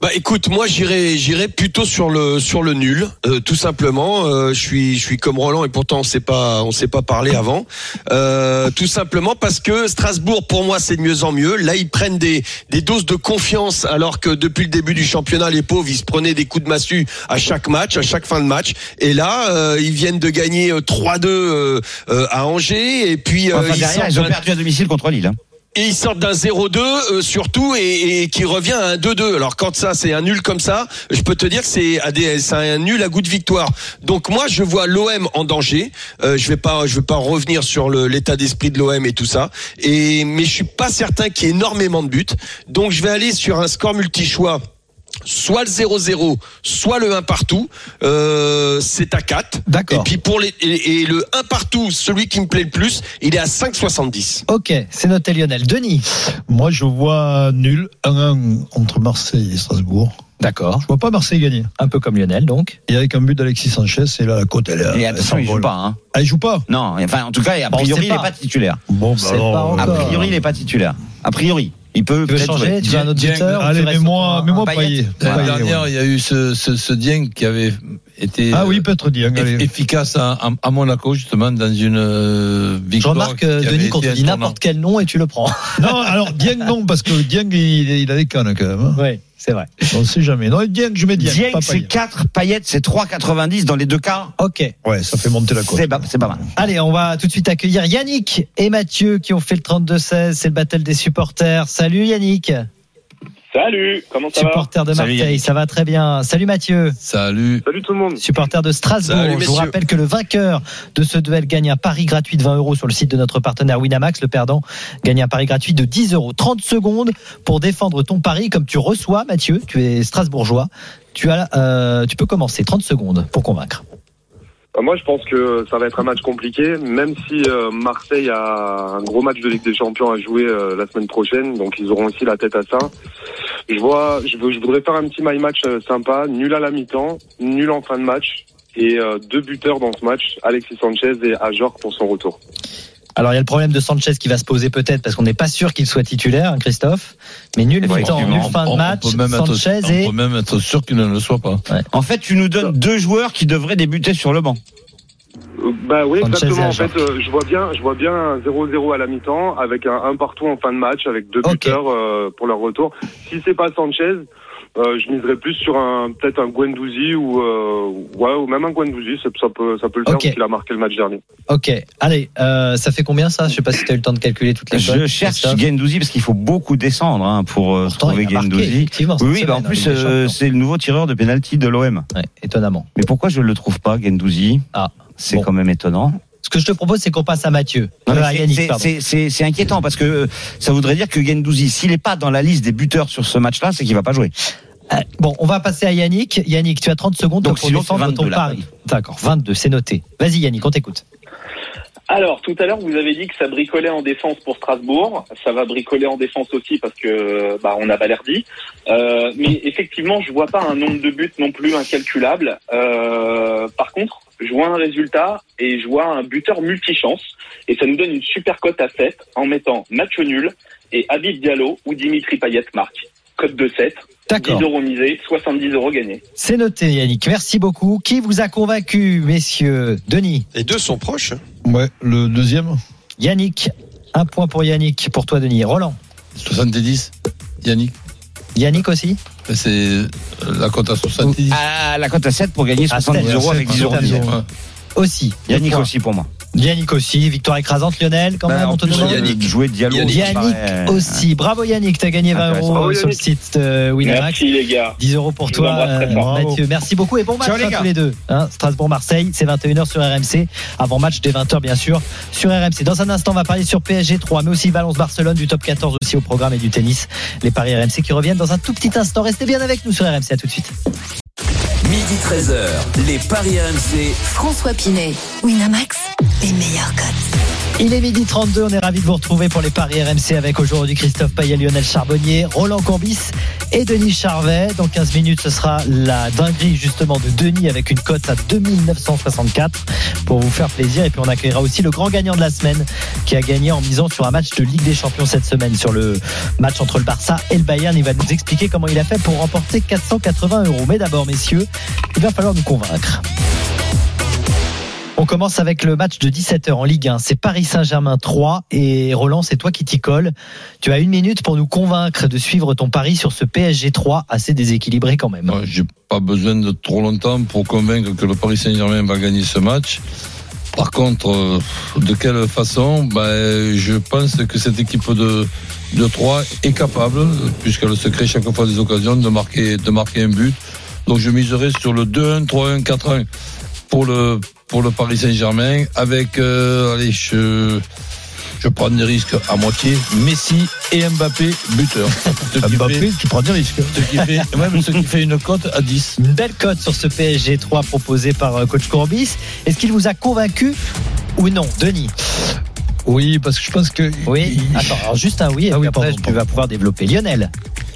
Speaker 9: Bah écoute, moi j'irai j'irai plutôt sur le sur le nul, euh, tout simplement. Euh, je suis je suis comme Roland et pourtant on s'est pas on s'est pas parlé avant. Euh, tout simplement parce que Strasbourg pour moi c'est de mieux en mieux. Là ils prennent des des doses de confiance alors que depuis le début du championnat les pauvres ils se prenaient des coups de massue à chaque match, à chaque fin de match. Et là euh, ils viennent de gagner euh, 3-2 euh, euh, à Angers et puis euh,
Speaker 7: Enfin,
Speaker 9: ils
Speaker 7: derrière,
Speaker 9: sortent
Speaker 7: ils ont
Speaker 9: d'un-
Speaker 7: perdu à domicile contre Lille. hein.
Speaker 9: et ils sortent d'un 0-2 euh, surtout et, et qui revient à un 2-2. Alors quand ça c'est un nul comme ça, je peux te dire que c'est à des- c'est un nul à goût de victoire. Donc moi je vois l'OM en danger. Euh, je vais pas je vais pas revenir sur le- l'état d'esprit de l'OM et tout ça. Et mais je suis pas certain qu'il y ait énormément de buts. Donc je vais aller sur un score multi-choix soit le 0-0, soit le 1 partout. Euh, c'est à 4.
Speaker 5: D'accord.
Speaker 9: Et puis pour les et, et le 1 partout, celui qui me plaît le plus, il est à 5,70.
Speaker 5: Ok, c'est noté Lionel. Denis.
Speaker 8: Moi, je vois nul 1-1 entre Marseille et Strasbourg.
Speaker 5: D'accord.
Speaker 8: Je vois pas Marseille gagner.
Speaker 5: Un peu comme Lionel donc.
Speaker 8: Et avec un but d'Alexis Sanchez, et là, la côte, elle, est-
Speaker 7: Et
Speaker 8: elle
Speaker 7: attention, il joue
Speaker 8: s'envole.
Speaker 7: pas. hein.
Speaker 8: Ah, il joue pas
Speaker 7: Non, enfin, en tout cas, a
Speaker 5: Bon, Euh, on
Speaker 7: priori,
Speaker 5: sait
Speaker 7: il n'est
Speaker 5: pas.
Speaker 7: pas titulaire.
Speaker 8: Bon,
Speaker 10: bah
Speaker 5: C'est pas
Speaker 10: euh,
Speaker 7: A
Speaker 5: Encore.
Speaker 7: priori, il n'est pas titulaire. A priori, il peut
Speaker 5: Tu veux
Speaker 7: peut-être jouer.
Speaker 5: changer Tu veux un autre
Speaker 10: Dieng,
Speaker 5: buteur
Speaker 8: Allez,
Speaker 5: Tu restes euh,
Speaker 8: mets-moi
Speaker 5: sur-
Speaker 8: mets moi
Speaker 7: Payet.
Speaker 8: Payet.
Speaker 10: L'année
Speaker 8: Payet,
Speaker 10: dernière,
Speaker 8: ouais.
Speaker 10: il y a eu ce, ce, ce Dieng qui avait été
Speaker 8: Ah
Speaker 10: euh,
Speaker 8: oui, peut-être Dieng.
Speaker 10: eff-
Speaker 8: allez.
Speaker 10: efficace à, à- à Monaco, justement, dans une euh,
Speaker 5: Je
Speaker 10: victoire.
Speaker 5: remarque
Speaker 10: qui
Speaker 5: euh,
Speaker 10: avait
Speaker 5: Denis
Speaker 10: été
Speaker 5: qu'on te
Speaker 10: un
Speaker 5: dit
Speaker 10: tournant.
Speaker 5: n'importe quel nom et tu le prends.
Speaker 8: Non, alors Dieng, non, parce que Dieng, il, il a des cannes quand même. hein.
Speaker 5: Oui, c'est vrai.
Speaker 8: On sait jamais. Non, Dieng, je mets Dieng.
Speaker 7: Dieng,
Speaker 8: pas
Speaker 7: c'est
Speaker 8: Payet.
Speaker 7: 4, Payet, c'est 3,90 dans les deux cas.
Speaker 5: Ok.
Speaker 8: Ouais, ça fait monter la côte.
Speaker 7: C'est pas, c'est pas mal.
Speaker 5: Allez, on va tout de suite accueillir Yannick et Mathieu qui ont fait le 32-16. C'est le battle des supporters. Salut Yannick,
Speaker 11: Salut, comment ça va
Speaker 5: supporter de
Speaker 7: Salut,
Speaker 5: Marseille.
Speaker 7: Yannick.
Speaker 5: ça va très bien. Salut Mathieu,
Speaker 10: Salut.
Speaker 11: Salut tout le monde.
Speaker 5: supporter de Strasbourg.
Speaker 9: Salut,
Speaker 5: Je
Speaker 9: messieurs.
Speaker 5: vous rappelle que le vainqueur de ce duel gagne un pari gratuit de 20 euros sur le site de notre partenaire Winamax. Le perdant gagne un pari gratuit de 10 euros. 30 secondes pour défendre ton pari comme tu reçois Mathieu. Tu es strasbourgeois. Tu, as, euh, tu peux commencer 30 secondes pour convaincre.
Speaker 11: Euh, Moi, je pense que ça va être un match compliqué, même si euh, Marseille a un gros match de Ligue des Champions à jouer euh, la semaine prochaine, donc ils auront aussi la tête à ça. Je vois, je, veux- je voudrais faire un petit my match euh, sympa, nul à la mi-temps, nul en fin de match. Et euh, deux buteurs dans ce match, Alexis Sanchez et Ajor pour son retour.
Speaker 5: Alors il y a le problème de Sanchez qui va se poser peut-être parce qu'on n'est pas sûr qu'il soit titulaire, hein, Christophe. Mais nul
Speaker 7: Ouais,
Speaker 5: mi-temps,
Speaker 7: effectivement.
Speaker 5: nul fin de
Speaker 10: On-
Speaker 5: match,
Speaker 10: on peut même être-
Speaker 5: Sanchez
Speaker 10: on
Speaker 5: et
Speaker 10: peut même être sûr qu'il ne le soit pas.
Speaker 7: En fait, tu nous donnes deux joueurs qui devraient débuter sur le banc.
Speaker 11: Euh, Bah oui,
Speaker 5: Sanchez
Speaker 11: exactement.
Speaker 5: et
Speaker 11: En
Speaker 5: Ajor.
Speaker 11: fait, euh, je vois bien, je vois bien un 0-0 à la mi-temps avec un 1 partout en fin de match avec deux
Speaker 5: Ok.
Speaker 11: buteurs euh, pour leur retour. Si c'est pas Sanchez, euh, je miserais plus sur un peut-être un Guendouzi ou euh, ouais ou même un Guendouzi, ça, ça peut ça peut le faire
Speaker 5: Ok.
Speaker 11: parce qu'il a marqué le match dernier.
Speaker 5: Ok, allez, euh, ça fait combien ça Je sais pas si tu as eu le temps de calculer toutes les
Speaker 7: Je
Speaker 5: cotes,
Speaker 7: cherche
Speaker 5: Christophe.
Speaker 7: Gendouzi parce qu'il faut beaucoup descendre hein, pour euh,
Speaker 5: Pourtant,
Speaker 7: trouver
Speaker 5: il a marqué,
Speaker 7: Gendouzi.
Speaker 5: effectivement, cette
Speaker 7: Oui, oui, bah, en
Speaker 5: semaine, hein,
Speaker 7: plus,
Speaker 5: Ligue des
Speaker 7: euh,
Speaker 5: Champions.
Speaker 7: c'est le nouveau tireur de pénalty de l'OM.
Speaker 5: Ouais, étonnamment.
Speaker 7: Mais pourquoi je ne le trouve pas, Gendouzi
Speaker 5: Ah,
Speaker 7: C'est
Speaker 5: bon.
Speaker 7: quand même étonnant.
Speaker 5: Ce que je te propose, c'est qu'on passe à Mathieu.
Speaker 7: Non, Ah, mais
Speaker 5: Euh, à
Speaker 7: c'est-
Speaker 5: Yannick,
Speaker 7: c'est-
Speaker 5: pardon.
Speaker 7: c'est- C'est c'est inquiétant parce que euh, ça voudrait dire que Gendouzi, s'il n'est pas dans la liste des buteurs sur ce match-là, c'est qu'il va pas jouer.
Speaker 5: Euh, Bon, on va passer à Yannick. Yannick, tu as 30 secondes
Speaker 7: Donc,
Speaker 5: pour
Speaker 7: sinon,
Speaker 5: défendre
Speaker 7: c'est 22,
Speaker 5: ton
Speaker 7: là.
Speaker 5: pari. D'accord, 22, c'est noté. Vas-y Yannick, on t'écoute.
Speaker 12: Alors, tout à l'heure, vous avez dit que ça bricolait en défense pour Strasbourg. Ça va bricoler en défense aussi parce que bah, on a Balerdi. Euh, mais effectivement, je vois pas un nombre de buts non plus incalculable. Euh, par contre, je vois un résultat et je vois un buteur multichance. Et ça nous donne une super cote à 7 en mettant match nul et Habib Diallo ou Dimitri Payet marque. code de 7.
Speaker 5: D'accord.
Speaker 12: 10 euros misés, 70 euros gagnés.
Speaker 5: C'est noté, Yannick. Merci beaucoup. Qui vous a convaincu, messieurs Denis
Speaker 9: Les deux sont proches.
Speaker 8: Ouais, le deuxième
Speaker 5: Yannick. Un point pour Yannick. Pour toi, Denis. Roland.
Speaker 10: 70, Yannick.
Speaker 5: Yannick aussi
Speaker 10: C'est euh, la cote à 70.
Speaker 7: Ah, la Ah, cote à 7 pour gagner
Speaker 5: À
Speaker 7: 70
Speaker 5: sept,
Speaker 7: euros
Speaker 5: à
Speaker 7: avec
Speaker 5: sept,
Speaker 7: 10 euros.
Speaker 5: à
Speaker 7: de
Speaker 5: sept.
Speaker 7: gain.
Speaker 5: Aussi.
Speaker 7: Yannick
Speaker 5: Deux points.
Speaker 7: aussi pour moi.
Speaker 5: Yannick aussi. Victoire écrasante, Lionel, quand même, on te demande.
Speaker 7: Bah, Yannick. Jouer Diallo.
Speaker 9: Bah, Yannick.
Speaker 7: ça me
Speaker 5: Yannick
Speaker 7: paraît- euh,
Speaker 5: aussi. Bravo Yannick, t'as gagné 20
Speaker 7: Intéressant.
Speaker 5: euros
Speaker 11: Bravo,
Speaker 5: sur le
Speaker 11: Yannick.
Speaker 5: site euh, Winamax.
Speaker 12: Merci les gars.
Speaker 5: 10 euros pour
Speaker 12: Je
Speaker 5: toi,
Speaker 12: vous embrasse très
Speaker 5: euh,
Speaker 12: fort.
Speaker 5: Mathieu. Merci beaucoup et bon match
Speaker 7: Ciao, les
Speaker 5: à
Speaker 7: gars.
Speaker 5: tous les deux. hein. Strasbourg-Marseille, c'est 21h sur RMC. Avant match dès 20h, bien sûr, sur RMC. Dans un instant, on va parler sur PSG 3, mais aussi Valence-Barcelone, du top 14 aussi au programme et du tennis. Les paris RMC qui reviennent dans un tout petit instant. Restez bien avec nous sur RMC. À tout de suite.
Speaker 4: Midi 13h, les Paris RMC.
Speaker 3: François Pinet. Winamax, les meilleurs cotes.
Speaker 5: Il est midi 32, on est ravis de vous retrouver pour les paris RMC avec aujourd'hui Christophe Payet, Lionel Charbonnier, Roland Corbis et Denis Charvet. Dans 15 minutes, ce sera la dinguerie justement de Denis avec une cote à 2964 pour vous faire plaisir. Et puis on accueillera aussi le grand gagnant de la semaine qui a gagné en misant sur un match de Ligue des Champions cette semaine, sur le match entre le Barça et le Bayern. Il va nous expliquer comment il a fait pour remporter 480 euros. Mais d'abord, messieurs, il va falloir nous convaincre. On commence avec le match de 17h en Ligue 1. C'est Paris Saint-Germain 3 et Roland, c'est toi qui t'y colle. Tu as une minute pour nous convaincre de suivre ton pari sur ce PSG 3 assez déséquilibré quand même.
Speaker 10: Moi, J'ai pas besoin de trop longtemps pour convaincre que le Paris Saint-Germain va gagner ce match. Par contre, euh, de quelle façon Ben, Je pense que cette équipe de, de 3 est capable, puisqu'elle se crée chaque fois des occasions, de marquer, de marquer un but. Donc je miserai sur le 2-1, 3-1, 4-1 pour le, pour le Paris Saint-Germain, avec, euh, allez, je, je prends des risques à moitié, Messi et Mbappé buteurs. Ce qui fait-
Speaker 8: Mbappé, tu prends des risques.
Speaker 10: ce qui fait, ouais, mais ce qui fait une cote à 10.
Speaker 5: Une belle cote sur ce PSG 3 proposé par euh, coach Courbis. Est-ce qu'il vous a convaincu ou non, Denis
Speaker 8: Oui, parce que je pense que.
Speaker 5: Oui. Attends, alors juste un oui. Et
Speaker 8: Ah
Speaker 5: puis
Speaker 8: oui,
Speaker 5: après,
Speaker 8: pardon,
Speaker 5: tu
Speaker 8: pardon.
Speaker 5: vas pouvoir développer. Lionel.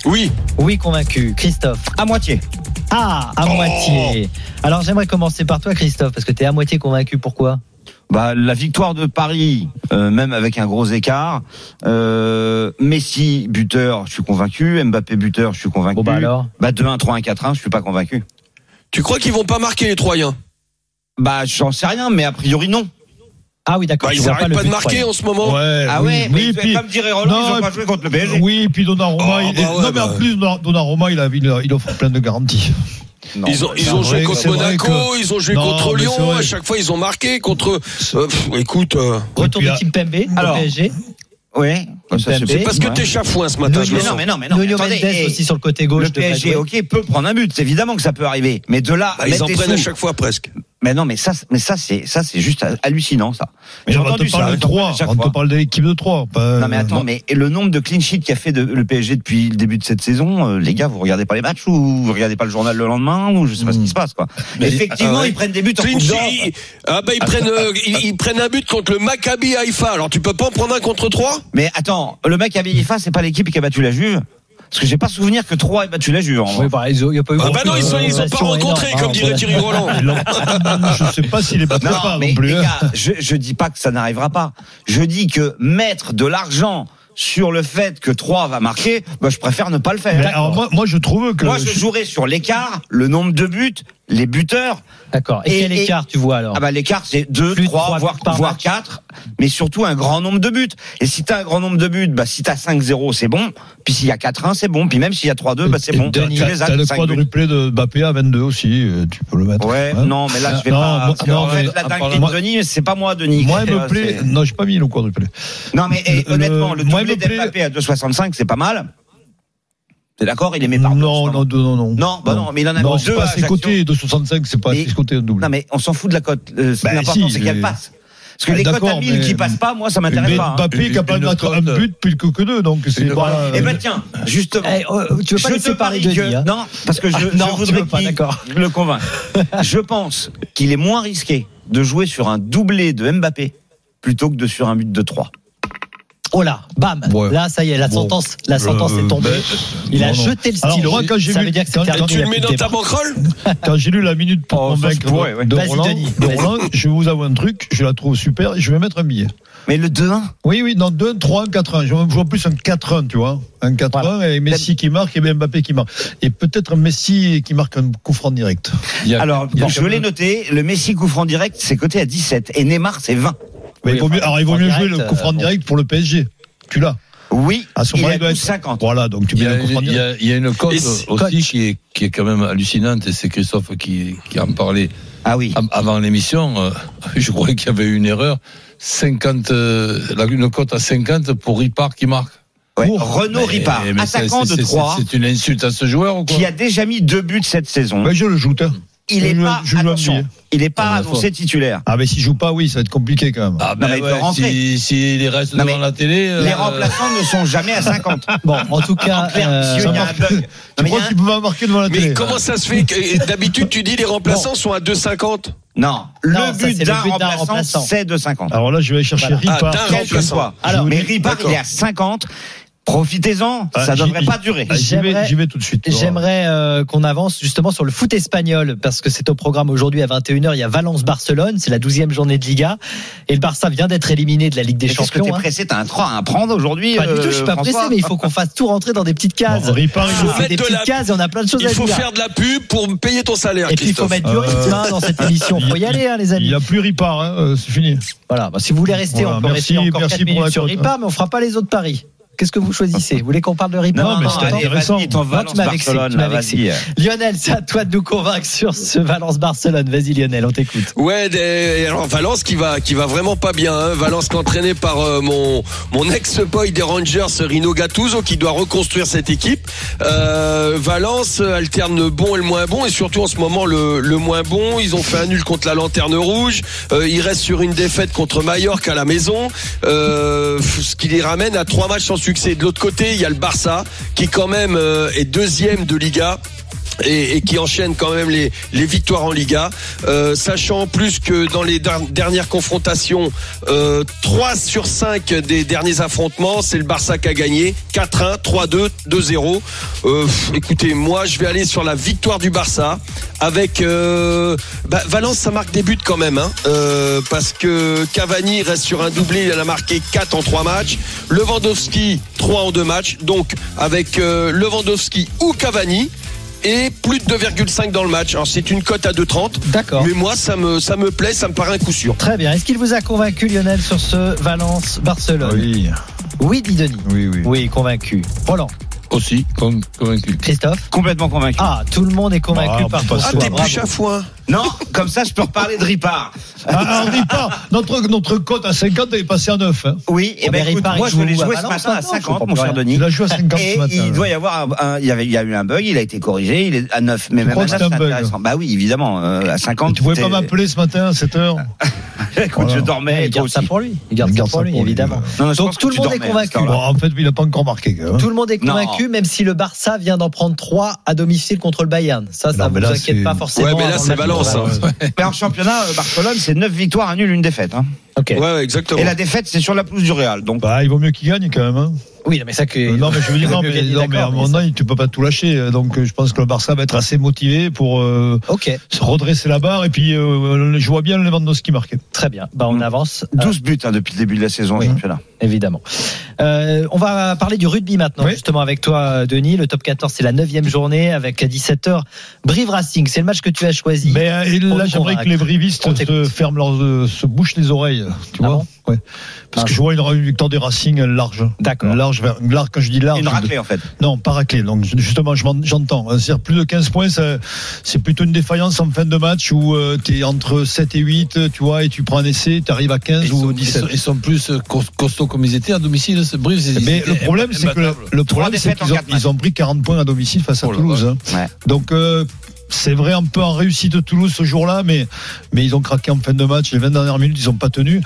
Speaker 9: Oui.
Speaker 5: Oui, convaincu. Christophe.
Speaker 7: À moitié.
Speaker 5: Ah, à
Speaker 8: Oh.
Speaker 5: moitié. Alors j'aimerais commencer par toi, Christophe, parce que tu es à moitié convaincu. Pourquoi
Speaker 7: Bah, la victoire de Paris, euh, même avec un gros écart. Euh, Messi buteur, je suis convaincu. Mbappé buteur, je suis convaincu.
Speaker 5: Bon, bah alors
Speaker 7: Bah 2-1, 3-1, 4-1, je suis pas convaincu.
Speaker 9: Tu crois qu'ils vont pas marquer les Troyens
Speaker 7: Bah j'en sais rien, mais a priori non.
Speaker 5: Ah oui, d'accord.
Speaker 9: bah,
Speaker 5: tu
Speaker 9: Ils
Speaker 5: vois
Speaker 9: arrêtent
Speaker 5: le
Speaker 9: pas, de
Speaker 5: but,
Speaker 9: marquer
Speaker 5: ouais.
Speaker 9: en ce moment.
Speaker 8: Ouais,
Speaker 7: Ah
Speaker 8: oui,
Speaker 7: ouais,
Speaker 8: oui,
Speaker 7: mais
Speaker 8: puis-
Speaker 7: comme dirait Roland,
Speaker 8: Non,
Speaker 7: ils ont pas
Speaker 8: et-
Speaker 7: joué contre le PSG.
Speaker 8: Oui, et puis Donnarumma,
Speaker 9: Oh,
Speaker 8: il,
Speaker 9: bah ouais,
Speaker 8: non, mais en
Speaker 9: bah.
Speaker 8: plus, Donnar- Donnarumma, il, a, il, a- il offre plein de garanties.
Speaker 7: Non.
Speaker 9: Ils ont, ils ont
Speaker 8: c'est
Speaker 9: joué
Speaker 8: vrai
Speaker 9: contre
Speaker 8: que-
Speaker 9: Monaco,
Speaker 8: c'est vrai
Speaker 9: ils ont joué
Speaker 8: Non,
Speaker 9: contre
Speaker 8: mais c'est
Speaker 9: Lyon,
Speaker 8: vrai.
Speaker 9: à chaque fois ils ont marqué contre. Euh, pff, écoute, euh,
Speaker 5: Retour
Speaker 8: Et
Speaker 5: de
Speaker 8: puis,
Speaker 5: Kim Pembe,
Speaker 7: alors,
Speaker 5: au PSG.
Speaker 9: bah,
Speaker 7: Ouais. Comme ça,
Speaker 5: Mbappé.
Speaker 7: c'est
Speaker 9: parce que
Speaker 7: ouais.
Speaker 9: t'es chafouin ce matin,
Speaker 5: Nous,
Speaker 9: je le
Speaker 7: Mais non,
Speaker 9: sens.
Speaker 7: mais non, mais non. mais
Speaker 5: Nuno
Speaker 7: attendez,
Speaker 5: Mendes
Speaker 7: eh,
Speaker 5: aussi sur le côté gauche.
Speaker 7: le
Speaker 5: devrait
Speaker 7: PSG,
Speaker 5: jouer.
Speaker 7: ok, peut prendre un but. C'est évidemment que ça peut arriver. Mais de là, à
Speaker 9: Bah, ils
Speaker 7: mettre
Speaker 9: en
Speaker 7: des
Speaker 9: prennent à
Speaker 7: sous-
Speaker 9: chaque fois presque.
Speaker 7: Mais non, mais ça, c'est- mais ça, c'est, ça, c'est juste hallucinant, ça.
Speaker 8: Mais
Speaker 7: J'ai
Speaker 8: on
Speaker 7: entendu
Speaker 8: te
Speaker 7: ça,
Speaker 8: parle
Speaker 7: hein,
Speaker 8: de 3,
Speaker 7: à chaque
Speaker 8: on te
Speaker 7: fois.
Speaker 8: parle de l'équipe de 3.
Speaker 7: Non mais attends, mais le nombre de clean sheets qu'a fait de- le PSG depuis le début de cette saison, euh, les gars, vous regardez pas les matchs ou vous regardez pas le journal le lendemain ou je sais pas ce qui se passe quoi.
Speaker 10: Mais-
Speaker 7: Effectivement,
Speaker 9: ah ouais.
Speaker 7: ils prennent des buts en
Speaker 9: Clean
Speaker 7: coupe d'or.
Speaker 9: sheet, ils- ah bah, ils, prennent, euh, ils, ils prennent un but contre le Maccabi Haïfa. Alors tu peux pas en prendre un contre trois
Speaker 7: Mais attends, le mec à Bifa, c'est pas l'équipe qui a battu la Juve Parce que j'ai pas souvenir que 3 ait battu la Juve. en vrai.
Speaker 5: Oui, bah, ils ont- il y a pas eu
Speaker 9: Ah bah
Speaker 5: beaucoup
Speaker 9: non, ils sont,
Speaker 5: de
Speaker 9: ils ont pas
Speaker 5: relations
Speaker 9: rencontré,
Speaker 5: énormes,
Speaker 9: comme
Speaker 5: hein,
Speaker 9: dirait
Speaker 5: voilà.
Speaker 9: Thierry Roland.
Speaker 8: je sais pas s'il est battu
Speaker 7: Non,
Speaker 8: pas
Speaker 7: mais
Speaker 8: non plus.
Speaker 7: les
Speaker 8: hein.
Speaker 7: gars, je, je dis pas que ça n'arrivera pas. Je dis que mettre de l'argent sur le fait que 3 va marquer, bah, je préfère ne pas le
Speaker 8: Mais
Speaker 7: faire.
Speaker 8: alors, moi, moi, je trouve que.
Speaker 7: Moi, je jouerais sur l'écart, le nombre de buts, les buteurs.
Speaker 5: D'accord.
Speaker 7: Et-
Speaker 5: Et quel
Speaker 7: et-
Speaker 5: écart tu vois alors
Speaker 7: Ah bah l'écart c'est 2,
Speaker 5: Plus de
Speaker 7: 3,
Speaker 5: trois
Speaker 7: voire,
Speaker 5: buts par
Speaker 7: voire
Speaker 5: match.
Speaker 7: 4, mais surtout un grand nombre de buts. Et si t'as un grand nombre de buts, bah si t'as 5-0 c'est bon, puis s'il y a 4-1 c'est bon, puis même s'il y a 3-2 bah c'est bon.
Speaker 8: T'as
Speaker 7: tu les as,
Speaker 8: t'as le
Speaker 7: cinq buts.
Speaker 8: quadruplé de Mbappé à 22 aussi, euh, tu peux le mettre.
Speaker 7: Ouais,
Speaker 8: Hein.
Speaker 7: non mais là je vais
Speaker 8: Non,
Speaker 7: pas...
Speaker 8: non,
Speaker 7: parce que,
Speaker 8: non,
Speaker 7: en fait
Speaker 8: mais
Speaker 7: la
Speaker 8: à
Speaker 7: dinguerie
Speaker 8: part
Speaker 7: de
Speaker 8: moi-
Speaker 7: Denis c'est pas moi Denis.
Speaker 8: Moi, il
Speaker 7: qui- euh,
Speaker 8: me plaît.
Speaker 7: c'est-
Speaker 8: Non, j'ai pas mis le quadruplé.
Speaker 7: Non mais eh,
Speaker 8: Le-
Speaker 7: honnêtement, le
Speaker 8: moi, il
Speaker 7: doublé
Speaker 8: me plaît-
Speaker 7: d'Mbappé à 2,65 c'est pas mal. T'es d'accord Il est mis par hein.
Speaker 8: Non,
Speaker 7: deux, en ce moment.
Speaker 8: non, non, non, non.
Speaker 7: Non, bah non, mais il en a
Speaker 8: Non,
Speaker 7: mis
Speaker 8: c'est
Speaker 7: deux
Speaker 8: pas
Speaker 5: hein,
Speaker 7: à
Speaker 8: à ses
Speaker 7: Ajaccio.
Speaker 8: côtés, 2,65, c'est pas à
Speaker 7: Et-
Speaker 8: ses côtés un double.
Speaker 7: Non mais on s'en fout de la cote, euh, Le-
Speaker 8: Bah,
Speaker 7: l'important
Speaker 8: si,
Speaker 7: c'est qu'elle
Speaker 8: mais-
Speaker 7: passe. Parce que
Speaker 8: Ah,
Speaker 7: les cotes à
Speaker 8: d'accord,
Speaker 7: 1000 qui
Speaker 8: mais-
Speaker 7: passent pas, moi ça
Speaker 8: Mais
Speaker 7: m'intéresse pas. hein.
Speaker 8: Mbappé est capable de mettre un
Speaker 10: cote.
Speaker 8: but plus que que deux, donc c'est pas.
Speaker 7: Eh ben tiens, justement.
Speaker 5: Eh, euh, tu veux pas
Speaker 7: je
Speaker 5: laisser
Speaker 7: te
Speaker 5: parler
Speaker 7: parie
Speaker 5: Denis,
Speaker 7: que-
Speaker 5: hein.
Speaker 7: Non, parce que je,
Speaker 5: Ah,
Speaker 7: je
Speaker 5: non, tu
Speaker 7: voudrais
Speaker 5: veux pas,
Speaker 7: qu'il
Speaker 5: d'accord.
Speaker 7: le convaincre. je pense qu'il est moins risqué de jouer sur un doublé de Mbappé plutôt que de sur un but de 3.
Speaker 5: Oh là, bam. Là, ça y est, la sentence,
Speaker 8: Euh,
Speaker 5: la sentence est tombée. Il a jeté le stylo.
Speaker 8: Alors, moi, quand j'ai
Speaker 5: ça
Speaker 8: vu-
Speaker 5: veut dire que
Speaker 8: quand-
Speaker 5: c'est terminé.
Speaker 8: Tu le mets
Speaker 5: il a
Speaker 8: dans
Speaker 5: plus de
Speaker 8: ta
Speaker 5: débat.
Speaker 9: banquerole
Speaker 8: Quand j'ai lu la minute pour
Speaker 5: Oh, ça se
Speaker 8: convaincre
Speaker 5: pourrait,
Speaker 8: de-
Speaker 5: ouais.
Speaker 8: de
Speaker 5: Vas-y,
Speaker 8: Roland,
Speaker 5: Denis,
Speaker 8: de
Speaker 5: vas-y.
Speaker 8: Roland, je vous avoue un truc, je la trouve super, je vais mettre un billet.
Speaker 7: Mais le 2-1
Speaker 8: Oui, oui, non, 2-1, 3-1, 4-1. Je vois plus un 4-1, tu vois. Un 4-1 et Messi qui marque et Mbappé qui marque. Et peut-être un Messi qui marque un coup franc direct.
Speaker 7: Alors,
Speaker 8: il y a-
Speaker 7: bon, je l'ai noté, le Messi coup franc direct, c'est coté à 17 et Neymar, c'est 20.
Speaker 8: Mais il vaut mieux, alors il vaut mieux jouer le
Speaker 7: direct,
Speaker 8: coup franc
Speaker 7: euh, bon.
Speaker 8: direct pour le PSG. Tu l'as
Speaker 7: Oui,
Speaker 5: Ah,
Speaker 8: à ce
Speaker 7: il
Speaker 8: moment-là,
Speaker 7: est
Speaker 8: doit
Speaker 7: à
Speaker 8: être-
Speaker 7: 50.
Speaker 8: Voilà, donc tu
Speaker 10: Il y,
Speaker 8: mets
Speaker 10: a
Speaker 8: le coup
Speaker 10: une,
Speaker 8: franc
Speaker 10: il, y
Speaker 8: direct.
Speaker 10: a, il y a une cote
Speaker 6: Et c'est-
Speaker 10: aussi qui est, qui est quand même hallucinante, et c'est Christophe qui, qui en parlait
Speaker 7: Ah oui.
Speaker 10: av- avant l'émission. euh, Je croyais qu'il y avait eu une erreur. 50, euh, la- une cote à 50 pour Ripard qui marque.
Speaker 5: Ah,
Speaker 7: Ouais.
Speaker 8: Ouh.
Speaker 7: Renaud
Speaker 10: Mais-
Speaker 5: Eh,
Speaker 7: Ripard,
Speaker 10: mais c'est-
Speaker 7: attaquant
Speaker 10: c'est-
Speaker 7: de
Speaker 10: c'est-
Speaker 7: 3,
Speaker 10: C'est une insulte à ce joueur ou quoi
Speaker 7: qui a déjà mis deux buts cette saison.
Speaker 8: Mais je le joue, hein.
Speaker 7: Il est
Speaker 8: je me-
Speaker 7: pas,
Speaker 8: je me
Speaker 7: attention,
Speaker 8: habille.
Speaker 7: il est
Speaker 10: Ah,
Speaker 7: pas
Speaker 10: mais
Speaker 7: annoncé titulaire.
Speaker 8: Ah, mais s'il joue pas, oui, ça va être compliqué quand même.
Speaker 10: Ah
Speaker 7: Non, mais
Speaker 10: ben
Speaker 7: il peut
Speaker 10: ouais,
Speaker 7: rentrer.
Speaker 10: si, si il reste
Speaker 7: Non,
Speaker 10: devant
Speaker 7: mais
Speaker 10: la télé. euh,
Speaker 7: Les remplaçants ne sont jamais à 50.
Speaker 5: Bon, en tout cas,
Speaker 7: En clair,
Speaker 5: euh,
Speaker 7: monsieur, il y a un bug. Non,
Speaker 8: tu
Speaker 7: mais il y
Speaker 8: crois
Speaker 7: a un-
Speaker 8: qu'il peut pas marquer devant la
Speaker 9: Mais
Speaker 8: télé
Speaker 9: comment ça se fait que et D'habitude, tu dis les remplaçants sont à 2,50.
Speaker 7: Non,
Speaker 5: Non,
Speaker 7: le
Speaker 5: ça,
Speaker 7: but
Speaker 5: c'est le
Speaker 7: d'un
Speaker 5: but d'un
Speaker 7: remplaçant,
Speaker 5: remplaçant.
Speaker 7: c'est de 50.
Speaker 8: Alors là, je vais aller chercher
Speaker 5: Voilà.
Speaker 9: Ah,
Speaker 8: Ripard.
Speaker 9: d'un
Speaker 7: Quel que
Speaker 9: remplaçant.
Speaker 7: soit.
Speaker 5: Alors,
Speaker 7: mais Ripard,
Speaker 9: d'accord.
Speaker 7: il est à 50. Profitez-en,
Speaker 8: Ah,
Speaker 7: ça
Speaker 8: j'y-
Speaker 7: devrait
Speaker 8: j'y-
Speaker 7: pas durer.
Speaker 8: Ah, J'y vais,
Speaker 5: J'aimerais-
Speaker 8: j'y vais tout de suite.
Speaker 5: J'aimerais euh, qu'on avance justement sur le foot espagnol parce que c'est au programme aujourd'hui à 21h. Il y a Valence-Barcelone, c'est la 12e journée de Liga et le Barça vient d'être éliminé de la Ligue des
Speaker 7: Mais Qu'est-ce que
Speaker 5: Champions.
Speaker 7: t'es
Speaker 5: hein.
Speaker 7: pressé T'as un 3 à prendre aujourd'hui euh,
Speaker 5: Pas du tout, je suis pas
Speaker 7: François
Speaker 5: pressé, mais il faut qu'on fasse tout rentrer dans des petites
Speaker 8: Bon,
Speaker 5: cases.
Speaker 8: Ripard, il
Speaker 5: Ah,
Speaker 8: joue.
Speaker 9: faut
Speaker 5: c'est des
Speaker 9: mettre de
Speaker 5: petites
Speaker 9: la-
Speaker 5: cases et on a plein de choses
Speaker 9: Il
Speaker 5: à
Speaker 9: faut
Speaker 5: dire.
Speaker 9: faire de la pub pour payer ton salaire,
Speaker 5: Et puis il faut
Speaker 9: Christophe.
Speaker 5: mettre du
Speaker 8: Euh,
Speaker 5: rythme hein, dans cette émission. Faut y aller, hein, les
Speaker 8: Il
Speaker 5: amis.
Speaker 8: a plus Ripard, hein, euh, c'est fini.
Speaker 5: Voilà. bah, si vous voulez rester,
Speaker 8: Voilà,
Speaker 5: on peut
Speaker 8: merci,
Speaker 5: rester encore
Speaker 8: merci
Speaker 5: 4
Speaker 8: pour
Speaker 5: minutes
Speaker 8: la
Speaker 5: sur
Speaker 8: cote,
Speaker 5: Ripa, mais on fera pas les autres paris. Qu'est-ce que vous choisissez Vous voulez qu'on parle de Ripa
Speaker 8: Non, mais c'était
Speaker 5: attends.
Speaker 8: intéressant.
Speaker 7: Vas-y, ton
Speaker 5: Non, tu m'as
Speaker 7: Valence
Speaker 5: vexé, tu
Speaker 7: Barcelone,
Speaker 5: m'as
Speaker 7: là, vas-y.
Speaker 5: Lionel, c'est à toi de nous convaincre sur ce Valence-Barcelone. Vas-y, Lionel, on t'écoute.
Speaker 9: Ouais, des- alors Valence qui va qui va vraiment pas bien. Hein. Valence qui est entraîné par euh, mon mon ex boy des Rangers, Rino Gattuso, qui doit reconstruire cette équipe. Euh, Valence euh, alterne le bon et le moins bon, et surtout en ce moment le le moins bon. Ils ont fait un nul contre la Lanterne Rouge. Euh, ils restent sur une défaite contre Mallorca à la maison. Euh, pff, ce qui les ramène à trois matchs sans succès. De l'autre côté, il y a le Barça qui quand même euh, est deuxième de Liga et, et qui enchaîne quand même les, les victoires en Liga, Euh, sachant en plus que dans les der- dernières confrontations, euh, 3 sur 5 des derniers affrontements, c'est le Barça qui a gagné, 4-1, 3-2, 2-0. Euh, pff, écoutez, moi je vais aller sur la victoire du Barça avec euh, bah, Valence, ça marque des buts quand même, hein, euh, parce que Cavani reste sur un doublé, il en a marqué 4 en 3 matchs, Lewandowski 3 en 2 matchs, donc avec euh, Lewandowski ou Cavani et plus de 2,5 dans le match. Alors c'est une cote à 2,30.
Speaker 5: D'accord.
Speaker 9: Mais moi ça me ça me plaît, ça me paraît un coup sûr.
Speaker 5: Très bien. Est-ce qu'il vous a convaincu, Lionel, sur ce Valence-Barcelone
Speaker 8: Oui,
Speaker 5: Ah Oui, dit Denis.
Speaker 8: oui, oui.
Speaker 5: Oui, convaincu. Roland,
Speaker 10: Aussi, con- convaincu.
Speaker 5: Christophe.
Speaker 7: Complètement convaincu.
Speaker 5: Ah, tout le monde est convaincu
Speaker 8: Ah,
Speaker 5: par
Speaker 8: pas
Speaker 5: François.
Speaker 9: Ah t'es
Speaker 5: Bravo.
Speaker 9: plus chafouin.
Speaker 7: Non, comme ça, je peux reparler de Ripard.
Speaker 8: Ah, alors, Ripard, notre, notre cote à 50 elle est passée à 9. Hein.
Speaker 7: Oui, et
Speaker 5: Ah,
Speaker 7: ben
Speaker 5: mais
Speaker 7: écoute,
Speaker 5: Ripard,
Speaker 7: moi
Speaker 5: il
Speaker 7: je voulais
Speaker 5: joue à
Speaker 7: jouer ce
Speaker 5: Valence
Speaker 7: matin à
Speaker 5: maintenant, je
Speaker 7: 50,
Speaker 5: comprends
Speaker 7: mon
Speaker 5: plus
Speaker 7: cher
Speaker 5: rien.
Speaker 7: Denis.
Speaker 8: Il a joué à 50
Speaker 7: Et
Speaker 8: ce matin. hein.
Speaker 7: il doit y avoir un- un- il y avait il y a eu un bug, il a été corrigé, il est à 9 mais même
Speaker 8: crois
Speaker 7: à
Speaker 8: que
Speaker 7: 9
Speaker 8: c'est un
Speaker 7: c'est
Speaker 8: bug
Speaker 7: intéressant. Bah oui, évidemment, euh, à
Speaker 8: Mais
Speaker 7: 50.
Speaker 8: tu pouvais
Speaker 7: t'es-
Speaker 8: pas m'appeler ce matin à 7h
Speaker 7: Écoute, je
Speaker 8: Voilà.
Speaker 7: dormais
Speaker 5: Eh, Il
Speaker 7: et toi
Speaker 5: garde ça
Speaker 7: aussi.
Speaker 5: pour lui. Il garde, ça pour lui, évidemment.
Speaker 7: Non, non, je pense
Speaker 5: Donc
Speaker 7: que
Speaker 5: tout le
Speaker 7: tu
Speaker 5: monde est
Speaker 7: dormais à
Speaker 5: convaincu.
Speaker 7: cette
Speaker 8: Bon, en fait, il n'a pas encore marqué. hein.
Speaker 5: Tout le monde est
Speaker 7: Non.
Speaker 5: convaincu, même si le Barça vient d'en prendre 3 à domicile contre le Bayern. Ça, ça
Speaker 8: Non,
Speaker 5: vous
Speaker 8: mais là,
Speaker 5: inquiète
Speaker 8: c'est-
Speaker 5: pas forcément.
Speaker 9: Ouais mais là
Speaker 5: avant
Speaker 9: c'est
Speaker 5: le match contre
Speaker 9: Valence. hein.
Speaker 5: Valence.
Speaker 7: Mais en championnat, euh, Barcelone, c'est 9 victoires, 1 nul, une défaite. hein.
Speaker 5: Ok.
Speaker 9: Ouais, ouais, exactement.
Speaker 7: Et la défaite, c'est sur la pelouse du Real. Donc,
Speaker 8: Bah, il vaut mieux qu'il gagne quand même. hein.
Speaker 5: Oui, non, mais ça que.
Speaker 8: Euh, non, mais je veux dire, non, mais,
Speaker 5: Gagner,
Speaker 8: non, mais à un
Speaker 5: d'accord, mais
Speaker 8: moment
Speaker 5: ça-
Speaker 8: donné, tu peux pas tout lâcher. euh, Donc, euh, je pense que le Barça va être assez motivé pour euh,
Speaker 5: Ok,
Speaker 8: se redresser la barre. Et puis, euh, je vois bien Lewandowski marqué.
Speaker 5: très bien. Bah, on
Speaker 7: Mm.
Speaker 5: avance.
Speaker 8: Ah.
Speaker 5: Euh,
Speaker 7: 12 buts hein, depuis le début de la saison
Speaker 5: Oui.
Speaker 7: au championnat.
Speaker 5: évidemment. Euh, on va parler du rugby maintenant,
Speaker 8: Oui.
Speaker 5: justement, avec toi, Denis. Le top 14, c'est la 9 journée avec à 17h. Brive Racing, c'est le match que tu as choisi.
Speaker 8: Mais euh, et
Speaker 5: On
Speaker 8: là,
Speaker 5: le
Speaker 8: j'aimerais
Speaker 5: convainc.
Speaker 8: que les
Speaker 5: On
Speaker 8: brivistes se
Speaker 5: t'écoute.
Speaker 8: ferment leurs, euh, se bouchent les oreilles. Tu
Speaker 5: Ah
Speaker 8: vois
Speaker 5: bon
Speaker 8: Ouais. Parce
Speaker 5: Ah.
Speaker 8: que je vois une, une victoire des Racing euh, large.
Speaker 5: D'accord.
Speaker 8: Large, vers- large, quand je dis large.
Speaker 7: Une
Speaker 8: Ah, je-
Speaker 7: raclée, en fait.
Speaker 8: Non, pas raclée. Donc, je- justement, je m'en- j'entends. Euh, C'est-à-dire, plus de 15 points, ça- c'est plutôt une défaillance en fin de match où tu es entre 7 et 8, euh, tu vois, et tu prends un essai, tu arrives à 15
Speaker 10: Ils
Speaker 8: ou
Speaker 10: sont,
Speaker 8: 17.
Speaker 10: ils sont- ils sont plus euh, cos- costauds comme ils étaient à domicile, ce Brive. ils
Speaker 8: Mais
Speaker 10: étaient
Speaker 8: le problème, c'est que
Speaker 10: imbattables.
Speaker 8: le problème, c'est
Speaker 7: défaites en
Speaker 8: qu'ils ont,
Speaker 7: quatre matchs.
Speaker 8: ils ont pris 40 points à domicile face à
Speaker 10: Oh là
Speaker 8: Toulouse. hein.
Speaker 7: Ouais.
Speaker 8: Donc euh, c'est vrai un peu en réussite de Toulouse ce jour-là, mais mais ils ont craqué en fin de match. Les 20 dernières minutes, ils n'ont pas tenu.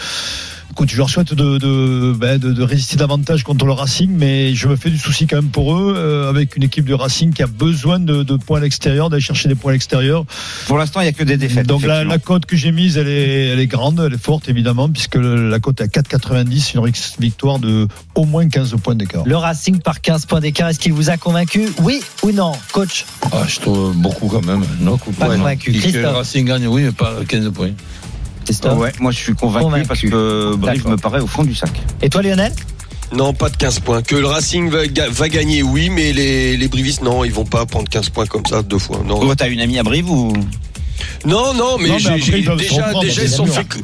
Speaker 8: écoute, je leur souhaite de, de, ben, de, de résister davantage contre le Racing, mais je me fais du souci quand même pour eux, euh, avec une équipe de Racing qui a besoin de, de points à l'extérieur, d'aller chercher des points à l'extérieur.
Speaker 7: Pour l'instant, il n'y a que des défaites.
Speaker 8: Donc la,
Speaker 7: effectivement.
Speaker 8: la cote que j'ai mise, elle est, elle est grande, elle est forte évidemment, puisque le- la cote est à 4,90, une victoire de au moins 15 points d'écart.
Speaker 5: Le Racing par 15 points d'écart, est-ce qu'il vous a convaincu Oui ou non Coach
Speaker 10: Ah, je trouve beaucoup quand même. Non, beaucoup,
Speaker 5: Pas convaincu.
Speaker 10: Que le
Speaker 5: Christophe.
Speaker 10: Racing gagne, oui, mais pas 15 points.
Speaker 8: hein.
Speaker 5: Christophe
Speaker 7: Ouais, moi je suis convaincu,
Speaker 5: Convaincu.
Speaker 7: parce que Brive
Speaker 5: D'accord.
Speaker 7: me paraît au fond du sac.
Speaker 5: Et toi Lionel
Speaker 9: Non, pas de 15 points. Que le Racing va, ga- va gagner, oui, mais les, les Brivistes, non, ils vont pas prendre 15 points comme ça deux fois. Non,
Speaker 7: Oh, T'as une amie à Brive ou
Speaker 9: non, non, mais,
Speaker 8: Non, mais
Speaker 9: j'ai-
Speaker 8: après,
Speaker 9: j'ai-
Speaker 8: ils doivent se
Speaker 9: déjà,
Speaker 8: reprendre,
Speaker 9: déjà
Speaker 8: c'est
Speaker 9: ils, sont
Speaker 8: sûr.
Speaker 9: fait que-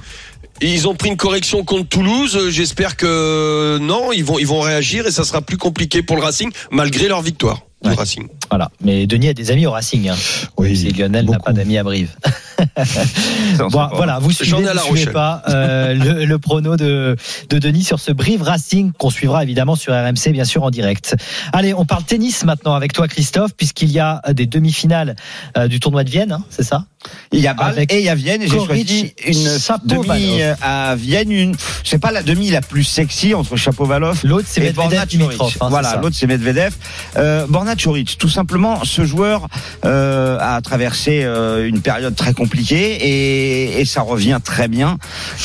Speaker 9: ils ont pris une correction contre Toulouse. Euh, J'espère que euh, non, ils vont, ils vont réagir et ça sera plus compliqué pour le Racing, malgré leur victoire. du
Speaker 5: Ouais.
Speaker 9: Racing.
Speaker 5: Voilà, mais Denis a des amis au Racing. hein. Si Lionel n'a
Speaker 8: beaucoup.
Speaker 5: pas d'amis à Brive.
Speaker 7: Ça, on
Speaker 5: Bon,
Speaker 8: Bah,
Speaker 7: sait pas.
Speaker 5: voilà, vous
Speaker 9: J'en
Speaker 5: suivez,
Speaker 9: ai à La
Speaker 5: vous suivez
Speaker 9: Rochelle.
Speaker 5: pas euh, le, le prono de, de Denis sur ce Brive Racing qu'on suivra évidemment sur RMC, bien sûr, en direct. Allez, on parle tennis maintenant avec toi, Christophe, puisqu'il y a des demi-finales euh, du tournoi de Vienne, hein, c'est ça
Speaker 7: Il y a Bâle
Speaker 5: Avec
Speaker 7: et il y a Vienne. et J'ai
Speaker 5: Koric,
Speaker 7: choisi une demi
Speaker 5: Shapovalov.
Speaker 7: euh, à Vienne. Une, c'est pas la demi la plus sexy entre Chapovalov.
Speaker 5: L'autre, c'est
Speaker 7: et Borna
Speaker 5: Medvedev Dimitrov.
Speaker 7: Choric.
Speaker 5: hein, c'est
Speaker 7: voilà,
Speaker 5: ça.
Speaker 7: l'autre c'est Medvedev. Euh, Borna Choric, tout simplement, ce joueur euh, a traversé euh, une période très compliquée et, et ça revient très bien.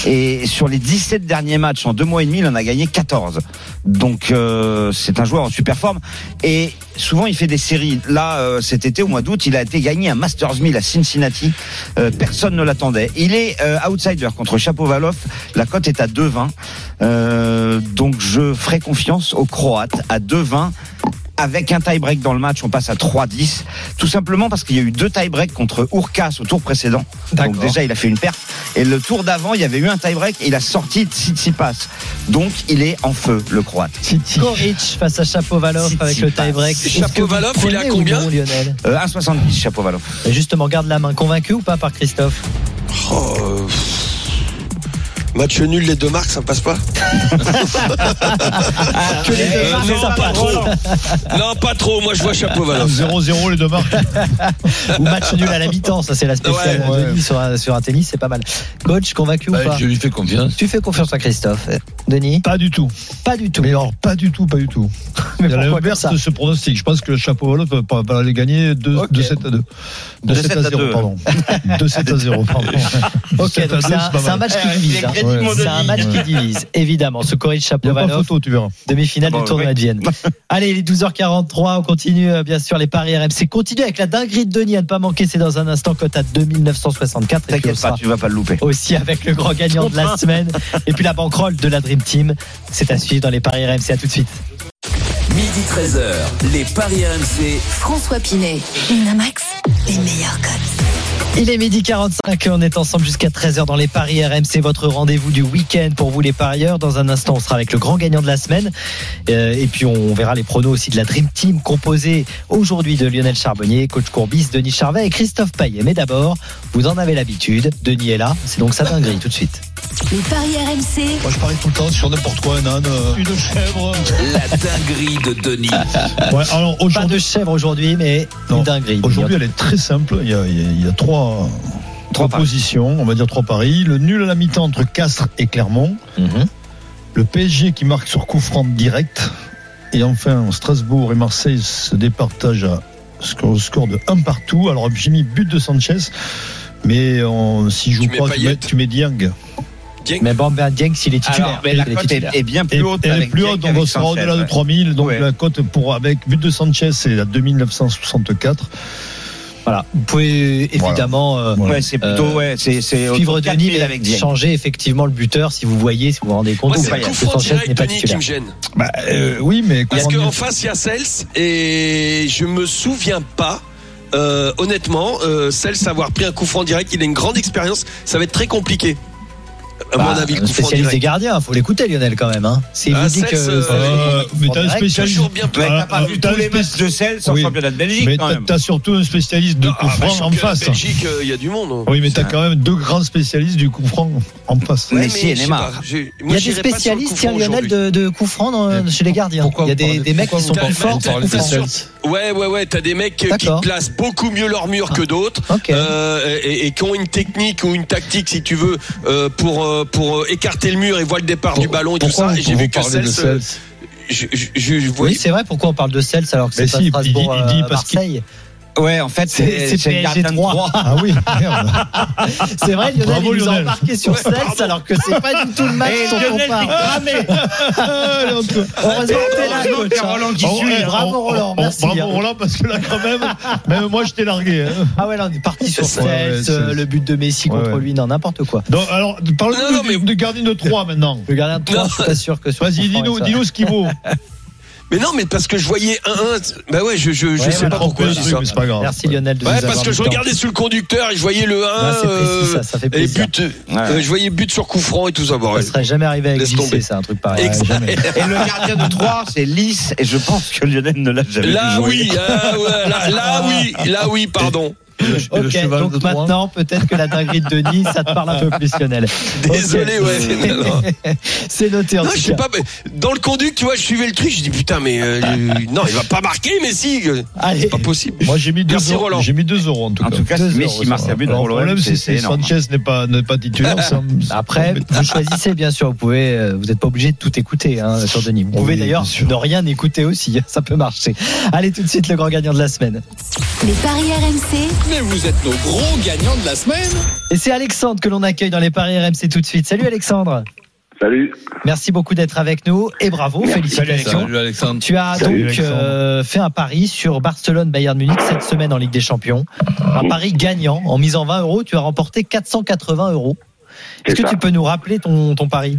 Speaker 7: Et sur les 17 derniers matchs en deux mois et demi, il en a gagné 14. Donc euh, c'est un joueur en super forme et souvent il fait des séries. Là, euh, cet été, au mois d'août, il a été gagné un Masters 1000 à Cincinnati. Euh, personne ne l'attendait. Il est euh, outsider contre Chapovalov. La cote est à 2,20. Euh, donc je ferai confiance aux Croates à 2-20. Avec un tie-break dans le match, on passe à 3-10. Tout simplement parce qu'il y a eu deux tie-break contre Urkas au tour précédent.
Speaker 5: D'accord.
Speaker 7: Donc déjà, il a fait une perte. Et le tour d'avant, il y avait eu un tie-break et il a sorti Tsitsipas. Donc il est en feu, le Croate.
Speaker 5: Koric face à Chapovalov
Speaker 7: Si,
Speaker 5: avec
Speaker 7: si,
Speaker 5: le
Speaker 7: pas.
Speaker 5: tie-break. Est-ce que vous
Speaker 9: Shapovalov, il est à
Speaker 5: prenez ou
Speaker 9: combien
Speaker 5: non, Lionel
Speaker 7: Euh, 1,70, Chapovalov.
Speaker 5: Et Justement, garde la main. Convaincu ou pas par Christophe
Speaker 9: Oh, euh, match nul, les deux marques, ça passe pas. Ah,
Speaker 5: Que Ah, euh, les deux
Speaker 7: Euh,
Speaker 5: marques,
Speaker 9: non,
Speaker 5: ça
Speaker 9: pas
Speaker 5: passe.
Speaker 9: trop. non, pas trop. Moi, je vois Chapeau
Speaker 8: 0-0 les deux marques.
Speaker 5: Ou match nul à la mi-temps, ça c'est la spéciale
Speaker 8: Ouais, ouais.
Speaker 5: Denis sur un, sur un tennis, c'est pas mal. Coach, convaincu ou
Speaker 10: Bah,
Speaker 5: pas
Speaker 10: je lui fais confiance.
Speaker 5: Tu fais confiance à Christophe. Euh, Denis
Speaker 8: Pas du tout.
Speaker 5: Pas du tout.
Speaker 8: Mais alors, pas du tout, pas du tout.
Speaker 5: Mais
Speaker 8: Il y a
Speaker 5: pourquoi
Speaker 8: l'inverse
Speaker 5: comme ça
Speaker 8: de ce pronostic. Je pense que le chapeau Wolof va, va aller gagner de,
Speaker 5: Ok.
Speaker 8: de 7 à 2.
Speaker 7: De 7 à 2.
Speaker 8: pardon. De 7 à 0, pardon.
Speaker 5: Ok,
Speaker 8: 7 à
Speaker 5: donc
Speaker 8: 2,
Speaker 5: c'est un,
Speaker 8: c'est pas
Speaker 5: c'est un
Speaker 8: mal.
Speaker 5: match qui
Speaker 7: Eh,
Speaker 5: divise.
Speaker 7: les
Speaker 5: hein.
Speaker 7: crédits
Speaker 8: de mon
Speaker 5: C'est un
Speaker 7: Denis. bah,
Speaker 5: match qui divise, évidemment. Ce Corée de
Speaker 8: Il n'y a pas
Speaker 5: Chapovalov,
Speaker 8: photo, tu verras.
Speaker 5: demi-finale
Speaker 7: Bon,
Speaker 5: du tournoi
Speaker 7: oui.
Speaker 5: de Vienne. Allez, il est 12h43. On continue, euh, bien sûr, les paris RMC. Continue avec la dinguerie de Denis à ne pas manquer. C'est dans un instant, cote à 2964. Et puis on
Speaker 7: T'inquiète pas,
Speaker 5: sera
Speaker 7: tu vas pas le louper.
Speaker 5: aussi avec le grand gagnant de la semaine. Et puis la banquerolle de la Dream Team. C'est à suivre dans les paris RMC. À tout de suite.
Speaker 4: Midi 13h, les Paris RMC.
Speaker 3: François Pinet, Winamax, les meilleurs codes.
Speaker 5: Il est midi 45 et on est ensemble jusqu'à 13h dans les Paris RMC, votre rendez-vous du week-end pour vous les parieurs. Dans un instant, on sera avec le grand gagnant de la semaine. Euh, et puis on verra les pronos aussi de la Dream Team composée aujourd'hui de Lionel Charbonnier, Coach Courbis, Denis Charvet et Christophe Payet. Mais d'abord, vous en avez l'habitude, Denis est là, c'est donc sa dinguerie tout de suite.
Speaker 3: Les paris RMC,
Speaker 8: Moi, je parie tout le temps sur n'importe quoi, un âne, euh, une chèvre.
Speaker 4: La dinguerie de Denis.
Speaker 8: Ouais, alors
Speaker 5: Pas de
Speaker 8: aujourd'hui,
Speaker 5: chèvre aujourd'hui, mais
Speaker 8: Non.
Speaker 5: une dinguerie.
Speaker 8: aujourd'hui, elle est très simple. Il y a, il y a- il y a trois,
Speaker 7: Trois
Speaker 8: trois
Speaker 7: paris.
Speaker 8: positions, on va dire trois paris. Le nul à la mi-temps entre Castres et Clermont.
Speaker 5: Mhm.
Speaker 8: Le PSG qui marque sur coup franc direct. Et enfin, Strasbourg et Marseille se départagent à score, au score de 1 partout. Alors, j'ai mis but de Sanchez. Mais on- si je
Speaker 9: Tu
Speaker 8: joue
Speaker 9: mets
Speaker 8: pas, tu
Speaker 9: Payet.
Speaker 8: mets, tu mets Dieng.
Speaker 5: Mais bon, ben, Dieng, s'il est titulaire.
Speaker 7: Alors, mais la
Speaker 5: il est
Speaker 7: cote est,
Speaker 5: titulaire.
Speaker 7: est bien
Speaker 8: Et,
Speaker 7: plus haute.
Speaker 8: elle est
Speaker 7: avec
Speaker 8: plus
Speaker 7: Jack
Speaker 8: haute, donc
Speaker 7: avec
Speaker 8: on sera
Speaker 7: Sanchez,
Speaker 8: au-delà de
Speaker 7: ouais.
Speaker 8: 3000. Donc
Speaker 7: Ouais.
Speaker 8: la cote pour, avec but de Sanchez, c'est à 2964.
Speaker 5: Voilà. Vous pouvez évidemment. euh,
Speaker 8: Voilà.
Speaker 7: Ouais, c'est plutôt,
Speaker 5: Euh,
Speaker 7: ouais, c'est, c'est
Speaker 5: suivre
Speaker 7: autour de
Speaker 5: Denis
Speaker 7: 4000
Speaker 5: mais
Speaker 7: avec Dieng.
Speaker 5: changer effectivement le buteur si vous voyez si vous vous rendez compte
Speaker 9: Moi,
Speaker 5: ou
Speaker 9: c'est
Speaker 5: pas,
Speaker 9: le coup
Speaker 5: parce que
Speaker 9: franc
Speaker 5: Sanchez n'est
Speaker 9: direct,
Speaker 5: pas
Speaker 9: Denis, qui
Speaker 5: titulaire.
Speaker 9: me gêne.
Speaker 8: Bah, euh, oui, mais
Speaker 9: Parce
Speaker 8: comment-
Speaker 9: qu'en face, il y a Cels et je me souviens pas. euh, honnêtement, euh, Cels avoir pris un coup franc direct, il a une grande expérience, ça va être très compliqué. À
Speaker 5: Bah,
Speaker 9: mon avis, le
Speaker 5: le
Speaker 9: coup franc
Speaker 5: spécialiste des
Speaker 9: direct.
Speaker 5: gardiens faut l'écouter Lionel quand même hein. c'est
Speaker 9: Ah,
Speaker 5: dit
Speaker 9: Sels,
Speaker 5: que
Speaker 9: euh,
Speaker 8: Euh, mais t'as un spécialiste.
Speaker 9: Toujours bien pris.
Speaker 7: Ouais, t'as pas
Speaker 8: Ah,
Speaker 7: vu
Speaker 8: t'as
Speaker 7: tous les
Speaker 8: une espèce-
Speaker 7: matchs de sel sur
Speaker 8: Oui.
Speaker 7: le championnat de Belgique,
Speaker 8: Mais
Speaker 7: quand
Speaker 8: t'as
Speaker 7: même.
Speaker 8: t'as surtout un spécialiste de
Speaker 9: Non,
Speaker 8: coup
Speaker 9: ah, bah,
Speaker 8: franc en
Speaker 9: championnat de
Speaker 8: face. hein.
Speaker 9: Belgique, euh, il y a du monde. hein.
Speaker 8: Oui, mais t'as
Speaker 7: Ouais.
Speaker 8: quand même deux grands spécialistes du coup franc en face.
Speaker 7: Ouais.
Speaker 9: mais
Speaker 7: Messi et
Speaker 9: je sais
Speaker 7: Neymar.
Speaker 9: pas, j'ai-
Speaker 5: il y
Speaker 9: moi,
Speaker 5: a des
Speaker 9: j'irais pas sur le coup
Speaker 5: spécialistes tiens
Speaker 9: franc
Speaker 5: Lionel
Speaker 9: aujourd'hui.
Speaker 5: de, de coups francs dans-
Speaker 8: Mais
Speaker 5: chez les gardiens
Speaker 10: pourquoi
Speaker 5: il y a
Speaker 10: vous
Speaker 5: des,
Speaker 10: parlez-
Speaker 5: des mecs qui
Speaker 10: pourquoi
Speaker 5: sont
Speaker 10: vous
Speaker 5: pas
Speaker 10: parlez-
Speaker 5: forts
Speaker 10: vous parlez
Speaker 5: en coups
Speaker 10: des
Speaker 5: francs.
Speaker 10: Celtics
Speaker 9: Ouais, ouais, ouais. T'as des mecs euh, qui placent beaucoup mieux leur mur
Speaker 5: Ah.
Speaker 9: que d'autres euh, et, et qui ont une technique ou une tactique, si tu veux, euh, pour euh, pour écarter le mur et voir le départ du ballon et tout ça. Et J'ai vu que Cels, euh, je, je, je- je voyais-
Speaker 5: Oui, c'est vrai, pourquoi on parle de Cels alors que c'est
Speaker 8: Mais
Speaker 5: pas
Speaker 8: si, il
Speaker 5: Strasbourg,
Speaker 8: dit- il dit
Speaker 5: euh,
Speaker 8: parce qu'il-
Speaker 5: Marseille
Speaker 7: Ouais, en fait,
Speaker 5: C'est- c'est
Speaker 7: le
Speaker 5: PSG
Speaker 7: gardien de
Speaker 5: 3.
Speaker 7: Troyes.
Speaker 8: Ah oui, merde.
Speaker 5: C'est vrai, Lionel,
Speaker 8: Bravo,
Speaker 5: il nous a
Speaker 8: Lionel.
Speaker 5: embarqué sur Cels alors que c'est pas du tout le match
Speaker 7: Et
Speaker 5: dont on
Speaker 7: Lionel
Speaker 5: parle.
Speaker 8: Heureusement
Speaker 5: Heureusement que t'es là,
Speaker 7: heureusement que t'es
Speaker 5: coach, hein.
Speaker 7: Roland qui
Speaker 5: Oh,
Speaker 7: suit.
Speaker 5: ouais, Bravo Roland, merci.
Speaker 8: eh, Bravo
Speaker 5: hein.
Speaker 8: Roland, parce que là, quand même, même moi, je t'ai largué. hein.
Speaker 5: Ah ouais, là on est parti sur
Speaker 8: Ouais, ouais,
Speaker 5: Cels,
Speaker 8: c'est-
Speaker 5: euh, le but de Messi
Speaker 8: Ouais,
Speaker 5: contre
Speaker 8: ouais.
Speaker 5: lui, non, n'importe quoi.
Speaker 8: Donc, alors,
Speaker 9: Non, non,
Speaker 8: parle-nous
Speaker 9: mais-
Speaker 8: du, du gardien de 3 maintenant.
Speaker 5: Le gardien de Troyes, je suis pas sûr que sur
Speaker 8: Vas-y,
Speaker 5: Confrant,
Speaker 8: dis-nous
Speaker 5: ça-
Speaker 8: dis ce qu'il vaut.
Speaker 9: Mais non, mais parce que je voyais 1-1. Bah ouais, je, je, je
Speaker 5: Ouais,
Speaker 9: sais
Speaker 5: mais
Speaker 9: pas
Speaker 5: alors,
Speaker 9: pourquoi
Speaker 8: le
Speaker 9: je dis
Speaker 8: truc,
Speaker 9: ça.
Speaker 8: mais c'est pas grave.
Speaker 5: Merci Lionel de nous
Speaker 9: Ouais,
Speaker 5: avoir
Speaker 9: parce que
Speaker 5: mis
Speaker 9: je
Speaker 5: le temps.
Speaker 9: regardais sur le conducteur et je voyais le 1.
Speaker 5: Ouais, c'est précis, ça,
Speaker 9: euh,
Speaker 5: ça fait
Speaker 9: et
Speaker 5: plaisir.
Speaker 9: but, euh, je voyais but sur coup franc et tout ça. Bon, ouais.
Speaker 5: Ça serait jamais arrivé avec
Speaker 9: Laisse
Speaker 5: JC,
Speaker 9: tomber.
Speaker 5: c'est un truc pareil.
Speaker 9: Exact.
Speaker 5: jamais.
Speaker 7: Et le gardien de Troyes, c'est Lys, et je pense que Lionel ne l'a jamais vu
Speaker 9: Là
Speaker 7: jouer.
Speaker 9: oui, ah ouais, là, là oui, là oui, pardon.
Speaker 10: Et le
Speaker 5: Ok,
Speaker 10: cheval de
Speaker 5: donc
Speaker 10: Troie.
Speaker 5: maintenant, peut-être que la dinguerie de Denis, ça te parle un peu plus, Lionel.
Speaker 9: Désolé,
Speaker 5: Ok.
Speaker 9: ouais. mais non.
Speaker 5: C'est noté en
Speaker 9: Non,
Speaker 5: tout
Speaker 9: je sais
Speaker 5: cas.
Speaker 9: pas. mais Dans le conduct, tu vois, je suivais le truc. Je dis putain, mais euh, non, il va pas marquer, mais si, euh,
Speaker 5: Allez.
Speaker 9: c'est pas possible.
Speaker 8: Moi, j'ai mis 2
Speaker 9: Merci,
Speaker 8: euros.
Speaker 9: Roland.
Speaker 8: J'ai mis 2 euros en tout
Speaker 7: En
Speaker 8: cas.
Speaker 7: tout cas,
Speaker 5: Deux
Speaker 7: Messi
Speaker 5: euros,
Speaker 7: marque
Speaker 5: ça
Speaker 7: un but
Speaker 8: Alors,
Speaker 7: pour
Speaker 8: le
Speaker 7: l'OM,
Speaker 8: problème,
Speaker 7: c'est
Speaker 8: c'est
Speaker 7: c'est
Speaker 8: si
Speaker 7: énorme.
Speaker 8: Sanchez n'est pas, n'est pas titulaire. ça me- ça me
Speaker 5: Après,
Speaker 8: embête.
Speaker 5: vous choisissez, bien sûr. Vous pouvez, euh, vous n'êtes pas obligé de tout écouter hein, sur Denis. Vous pouvez
Speaker 8: Oui,
Speaker 5: d'ailleurs
Speaker 8: bien sûr.
Speaker 5: ne rien écouter aussi. hein, Ça peut marcher. Allez, tout de suite, le grand gagnant de la semaine.
Speaker 4: Les paris RMC,
Speaker 13: Mais vous êtes nos gros gagnants de la semaine.
Speaker 5: Et c'est Alexandre que l'on accueille dans les paris RMC tout de suite. Salut Alexandre.
Speaker 12: Salut.
Speaker 5: Merci beaucoup d'être avec nous et bravo. Félicitations.
Speaker 10: Salut Alexandre.
Speaker 5: Tu as
Speaker 12: Salut,
Speaker 5: donc
Speaker 8: Alexandre.
Speaker 5: euh, fait un pari sur Barcelone-Bayern Munich cette semaine en Ligue des Champions. Un pari gagnant. En misant 20 euros, tu as remporté 480 euros. Est-ce
Speaker 12: C'est
Speaker 5: que
Speaker 12: ça.
Speaker 5: tu peux nous rappeler ton, ton pari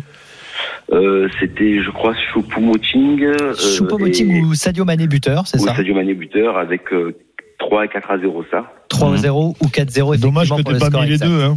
Speaker 12: Euh, C'était, je crois, Choupo-Moting. euh,
Speaker 5: Choupo-Moting
Speaker 12: et-
Speaker 5: ou Sadio Mané buteur, c'est
Speaker 12: ou
Speaker 5: ça
Speaker 12: Sadio Mané buteur avec euh, 3 et 4 à 0 ça. Mm.
Speaker 5: 3-0 ou 4-0 Oh, effectivement
Speaker 8: Dommage que
Speaker 5: pour
Speaker 8: tu
Speaker 5: le
Speaker 8: pas
Speaker 5: score
Speaker 8: mis les
Speaker 5: exact.
Speaker 8: deux. Hein.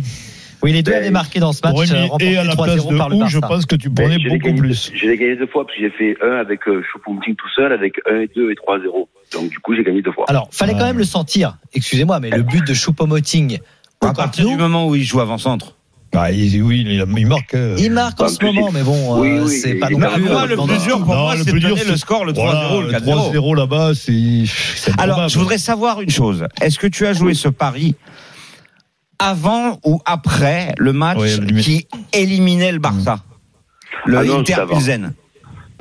Speaker 5: Oui, les deux
Speaker 12: Ouais.
Speaker 5: avaient marqué dans ce
Speaker 8: T'aurais
Speaker 5: match,
Speaker 8: mis
Speaker 5: euh, remporté
Speaker 8: et à la place
Speaker 5: 3-0
Speaker 8: de
Speaker 5: par le
Speaker 8: où, je
Speaker 5: Barça.
Speaker 8: pense que tu
Speaker 12: Mais
Speaker 8: prenais
Speaker 12: je l'ai
Speaker 8: beaucoup
Speaker 12: gagné deux-
Speaker 8: plus.
Speaker 12: Je l'ai gagné deux fois parce que j'ai fait 1 avec euh, Choupo-Moting tout seul avec 1 et 2 et 3 à 0. Donc du coup, j'ai gagné deux fois.
Speaker 5: Alors, fallait quand
Speaker 8: Ouais.
Speaker 5: même le sentir. Excusez-moi, mais le but de Choupo-Moting au
Speaker 7: À
Speaker 5: Camp
Speaker 7: partir du
Speaker 5: Nou,
Speaker 7: moment où il joue avant-centre.
Speaker 8: Bah, il- oui, il, il marque. hein.
Speaker 5: il marque en
Speaker 12: Bah,
Speaker 5: ce
Speaker 12: plus,
Speaker 5: moment, mais bon,
Speaker 12: Oui,
Speaker 5: euh,
Speaker 12: oui,
Speaker 5: c'est
Speaker 12: il-
Speaker 5: pas
Speaker 12: il
Speaker 5: non
Speaker 12: marque.
Speaker 5: plus.
Speaker 12: Bah,
Speaker 5: euh,
Speaker 12: moi, le
Speaker 5: dans-
Speaker 12: plus dur
Speaker 7: pour
Speaker 8: Non,
Speaker 7: moi,
Speaker 8: le
Speaker 7: c'est de
Speaker 8: plus dur,
Speaker 7: donner le
Speaker 8: c'est-
Speaker 7: score, le 3-0
Speaker 8: Voilà,
Speaker 7: le 4-0.
Speaker 8: 3-0 là-bas, c'est. c'est
Speaker 7: Alors,
Speaker 8: improbable.
Speaker 7: je voudrais savoir une chose. Est-ce que tu as joué ce pari avant ou après le match
Speaker 8: Ouais, lui-
Speaker 7: qui éliminait le Barça Le
Speaker 12: Ah non,
Speaker 7: Inter
Speaker 12: c'est avant.
Speaker 7: Pilsen.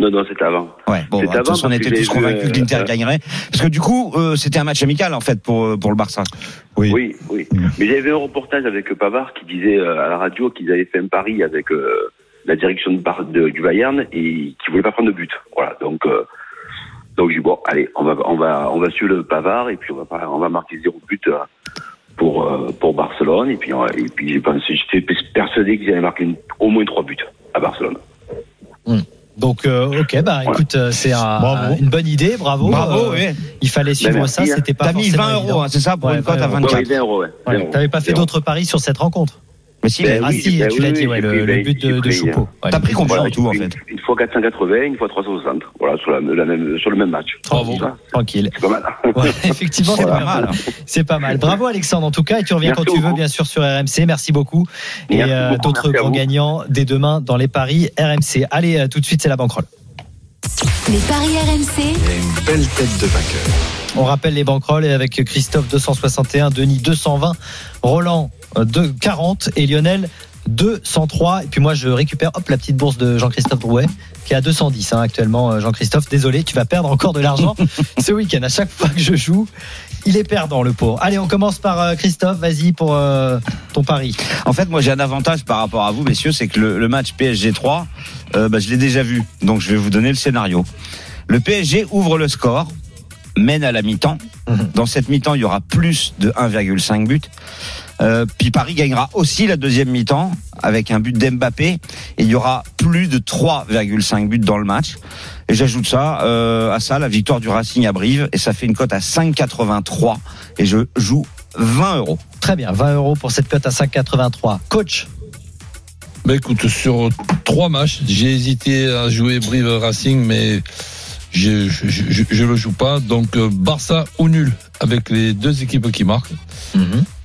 Speaker 12: Non, non, c'était avant.
Speaker 7: Ouais, bon, bah,
Speaker 12: C'est
Speaker 7: de toute
Speaker 12: avant
Speaker 7: façon, on
Speaker 12: parce
Speaker 7: était
Speaker 12: que
Speaker 7: tous
Speaker 12: j'ai
Speaker 7: convaincus
Speaker 12: vu,
Speaker 7: que l'Inter
Speaker 12: euh,
Speaker 7: gagnerait. Parce que du coup, euh, c'était un match amical, en fait, pour, euh, pour le Barça.
Speaker 8: Oui.
Speaker 12: Oui, oui. Mais j'avais vu un reportage avec Pavard qui disait euh, à la radio qu'ils avaient fait un pari avec euh, la direction de Bar- de- du Bayern et qu'ils voulaient pas prendre de but. Voilà. Donc, euh, donc j'ai dit, bon, allez, on va, on va, on va suivre le Pavard et puis on va, pas- on va marquer zéro but euh, pour, euh, pour Barcelone. Et puis, euh, et puis j'ai pensé, j'étais persuadé qu'ils allaient marquer une- au moins trois buts à Barcelone.
Speaker 5: Donc, euh, ok, bah écoute, euh, c'est un-
Speaker 8: Bravo.
Speaker 5: une bonne idée, bravo.
Speaker 7: Bravo,
Speaker 5: Euh,
Speaker 7: oui. Ben,
Speaker 5: Il fallait suivre
Speaker 12: merci,
Speaker 5: ça,
Speaker 12: hein.
Speaker 5: c'était pas
Speaker 7: T'as mis
Speaker 5: forcément
Speaker 7: 20
Speaker 5: évident.
Speaker 7: euros, hein, c'est ça, pour
Speaker 5: Ouais,
Speaker 7: une cote à
Speaker 5: ouais,
Speaker 12: 4
Speaker 5: ouais.
Speaker 7: 24.
Speaker 12: ouais, zéro, ouais.
Speaker 5: Ouais,
Speaker 12: Zéro.
Speaker 5: T'avais pas fait
Speaker 12: Zéro.
Speaker 5: d'autres paris sur cette rencontre
Speaker 7: Mais si,
Speaker 12: Ben
Speaker 7: mais-
Speaker 5: Ah
Speaker 12: oui,
Speaker 5: si,
Speaker 12: ben
Speaker 5: tu
Speaker 12: oui,
Speaker 5: l'as
Speaker 12: oui,
Speaker 5: dit, ouais,
Speaker 12: j'ai
Speaker 5: le,
Speaker 12: pris,
Speaker 5: le
Speaker 12: ben,
Speaker 5: but de,
Speaker 12: j'ai
Speaker 5: de
Speaker 12: pris,
Speaker 5: Choupo. Ouais.
Speaker 7: T'as pris combien
Speaker 12: Voilà,
Speaker 7: en tout, en
Speaker 12: une,
Speaker 7: fait
Speaker 12: une fois 480, une fois 360. Voilà, sur, la, la même, sur le même match.
Speaker 5: Tranquille,
Speaker 12: Ça,
Speaker 5: tranquille.
Speaker 12: C'est pas mal.
Speaker 5: Ouais, effectivement, c'est
Speaker 7: Voilà.
Speaker 5: pas mal. C'est pas mal. Bravo Alexandre en tout cas et tu reviens
Speaker 12: Merci
Speaker 5: quand tu veux
Speaker 12: beaucoup.
Speaker 5: bien sûr sur RMC. Merci beaucoup et
Speaker 12: Merci
Speaker 5: euh,
Speaker 12: beaucoup,
Speaker 5: d'autres
Speaker 12: merci à
Speaker 5: grands
Speaker 12: vous.
Speaker 5: gagnants dès demain dans les paris RMC. Allez, euh, tout de suite c'est la banquerolle.
Speaker 4: les paris RMC,
Speaker 14: Belle tête de vainqueur.
Speaker 5: On rappelle les banquerolles avec Christophe 261, Denis 220, Roland euh, 2 40 et Lionel 203. Et puis moi, je récupère hop, la petite bourse de Jean-Christophe Drouet qui est à 210 hein, actuellement. euh, Jean-Christophe, désolé, tu vas perdre encore de l'argent ce week-end. À chaque fois que je joue, il est perdant le pauvre. Allez, on commence par euh, Christophe. Vas-y pour euh, ton pari.
Speaker 7: En fait, moi, j'ai un avantage par rapport à vous, messieurs, c'est que le, le match PSG 3, euh, bah, je l'ai déjà vu. Donc, je vais vous donner le scénario. Le PSG ouvre le score, mène à la mi-temps. Dans cette mi-temps, il y aura plus de 1,5 but. Euh, puis Paris gagnera aussi la deuxième mi-temps avec un but d'Mbappé. Et il y aura plus de 3,5 buts dans le match. Et j'ajoute ça euh, à ça la victoire du Racing à Brive. Et ça fait une cote à 5,83. Et je joue 20 euros.
Speaker 5: Très bien, 20 euros pour cette cote à 5,83. Coach,
Speaker 10: Bah écoute, sur trois matchs, j'ai hésité à jouer Brive Racing, mais je, je, je, je le joue pas. Donc euh, Barça ou nul avec les deux équipes qui marquent.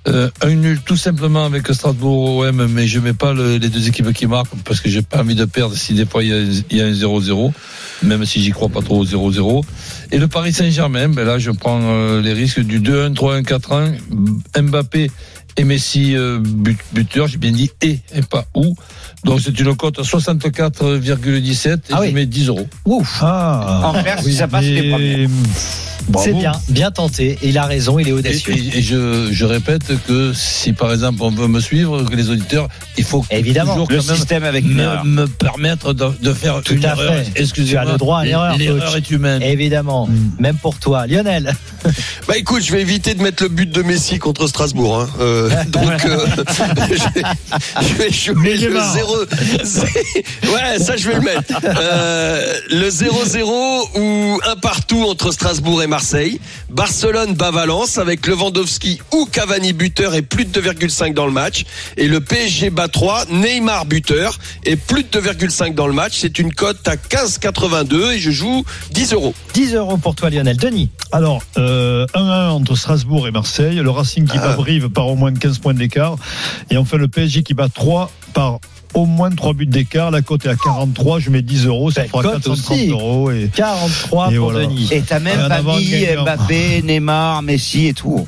Speaker 10: Euh, un nul tout simplement avec Strasbourg OM, mais je mets pas le- les deux équipes qui marquent parce que j'ai pas envie de perdre si des fois il y a- il y a un 0-0, même si j'y crois pas trop au 0-0. Et le Paris Saint-Germain, ben là je prends euh, les risques du 2-1, 3-1, 4-1, Mbappé et Messi euh, but- buteur, j'ai bien dit et, et pas ou. Donc c'est une cote à 64,17 et je mets 10 euros.
Speaker 5: Ouf.
Speaker 7: Ah.
Speaker 10: En faire, si ça passe,
Speaker 8: mais-
Speaker 10: les premiers. Bravo.
Speaker 5: C'est bien, bien tenté. Il a raison, il est audacieux.
Speaker 10: Et, et- et je, je répète que si par exemple on veut me suivre, que les auditeurs, il faut
Speaker 5: Évidemment.
Speaker 10: toujours
Speaker 5: Le
Speaker 10: quand même
Speaker 5: système avec une erreur.
Speaker 10: me, me permettre de, de faire
Speaker 5: Tout
Speaker 10: une
Speaker 5: à
Speaker 10: erreur.
Speaker 5: fait.
Speaker 10: Excusez-moi.
Speaker 5: Tu as le droit à l'erreur.
Speaker 10: L'erreur
Speaker 5: coach.
Speaker 10: est humaine.
Speaker 5: Évidemment. Même pour toi, Lionel.
Speaker 9: Bah écoute, je vais éviter de mettre le but de Messi contre Strasbourg. hein. Euh, donc, euh, je, vais, je vais jouer
Speaker 15: Mais
Speaker 9: le
Speaker 15: Neymar.
Speaker 9: 0. Ouais, ça je vais le mettre. Euh, le 0-0 ou un partout entre Strasbourg et Marseille. Barcelone bat Valence avec Lewandowski ou Cavani buteur et plus de 2,5 dans le match. Et le PSG bat 3, Neymar buteur et plus de 2,5 dans le match. C'est une cote à 15,82 et je joue 10 euros.
Speaker 5: 10 euros pour toi, Lionel. Denis.
Speaker 8: Alors, euh, 1-1 entre Strasbourg et Marseille. Le Racing qui bat Brive par au moins 15 points d'écart. Et enfin, le PSG qui bat 3 par au moins 3 buts d'écart. La cote est à 43. Je mets 10 euros. Ça fera
Speaker 7: cote
Speaker 8: 430
Speaker 7: aussi.
Speaker 8: euros. Et,
Speaker 5: 43
Speaker 8: et
Speaker 7: pour
Speaker 8: voilà.
Speaker 7: Denis. Et t'as même
Speaker 8: Un
Speaker 7: pas
Speaker 8: avant
Speaker 7: mis
Speaker 8: gagnant.
Speaker 7: Mbappé, Neymar, Messi et tout.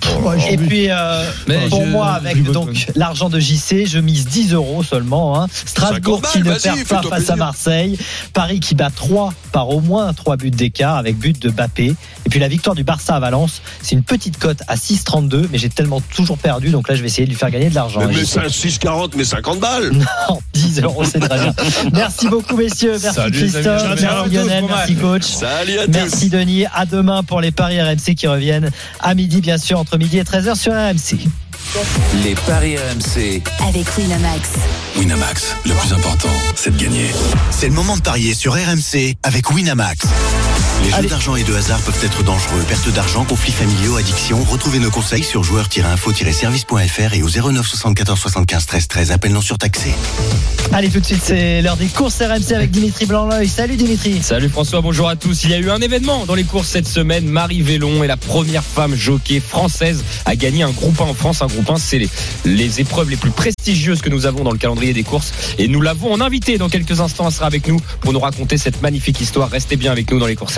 Speaker 5: Et puis, euh,
Speaker 7: Mais
Speaker 5: pour
Speaker 7: je-
Speaker 5: moi, avec donc l'argent de JC, je mise 10 euros seulement. hein. Strasbourg
Speaker 7: 50
Speaker 5: qui ne
Speaker 7: balles, vas-y,
Speaker 5: perd pas
Speaker 7: fais-toi
Speaker 5: face à
Speaker 7: plaisir.
Speaker 5: Marseille. Paris qui bat 3 par au moins 3 buts d'écart avec but de Bappé. Et puis la victoire du Barça à Valence, c'est une petite cote à 6,32, mais j'ai tellement toujours perdu, donc là je vais essayer de lui faire gagner de l'argent.
Speaker 9: Mais,
Speaker 5: hein,
Speaker 9: mais
Speaker 5: JC.
Speaker 9: ça, 6,40, mais 50 balles.
Speaker 5: Non, 10 euros, c'est très bien. Merci beaucoup, messieurs. Merci
Speaker 9: Salut, les amis.
Speaker 5: Christophe,
Speaker 9: Salut à
Speaker 5: merci
Speaker 9: tous,
Speaker 5: Lionel,
Speaker 9: Romain.
Speaker 5: merci coach.
Speaker 9: Salut à tous.
Speaker 5: merci Denis. À demain pour les paris RMC qui reviennent à midi, bien sûr, entre midi et 13h sur RMC.
Speaker 4: Les paris RMC.
Speaker 3: Avec Winamax.
Speaker 1: Winamax, le plus important, c'est de gagner.
Speaker 2: C'est le moment de parier sur RMC avec Winamax. Les jeux d'argent et de hasard peuvent être dangereux. Perte d'argent, conflits familiaux, addiction. Retrouvez nos conseils sur joueurs-info-service.fr et au 09 74 75 13 13. Appel non surtaxé.
Speaker 5: Allez, tout de suite, c'est l'heure des courses RMC avec Dimitri Blanc-Loeil. Salut Dimitri.
Speaker 16: Salut François, bonjour à tous. Il y a eu un événement dans les courses cette semaine. Marie Vélon est la première femme jockey française à gagner un groupe 1 en France. Un groupe 1, c'est les, les épreuves les plus prestigieuses que nous avons dans le calendrier des courses. Et nous l'avons en invité dans quelques instants. Elle sera avec nous pour nous raconter cette magnifique histoire. Restez bien avec nous dans les courses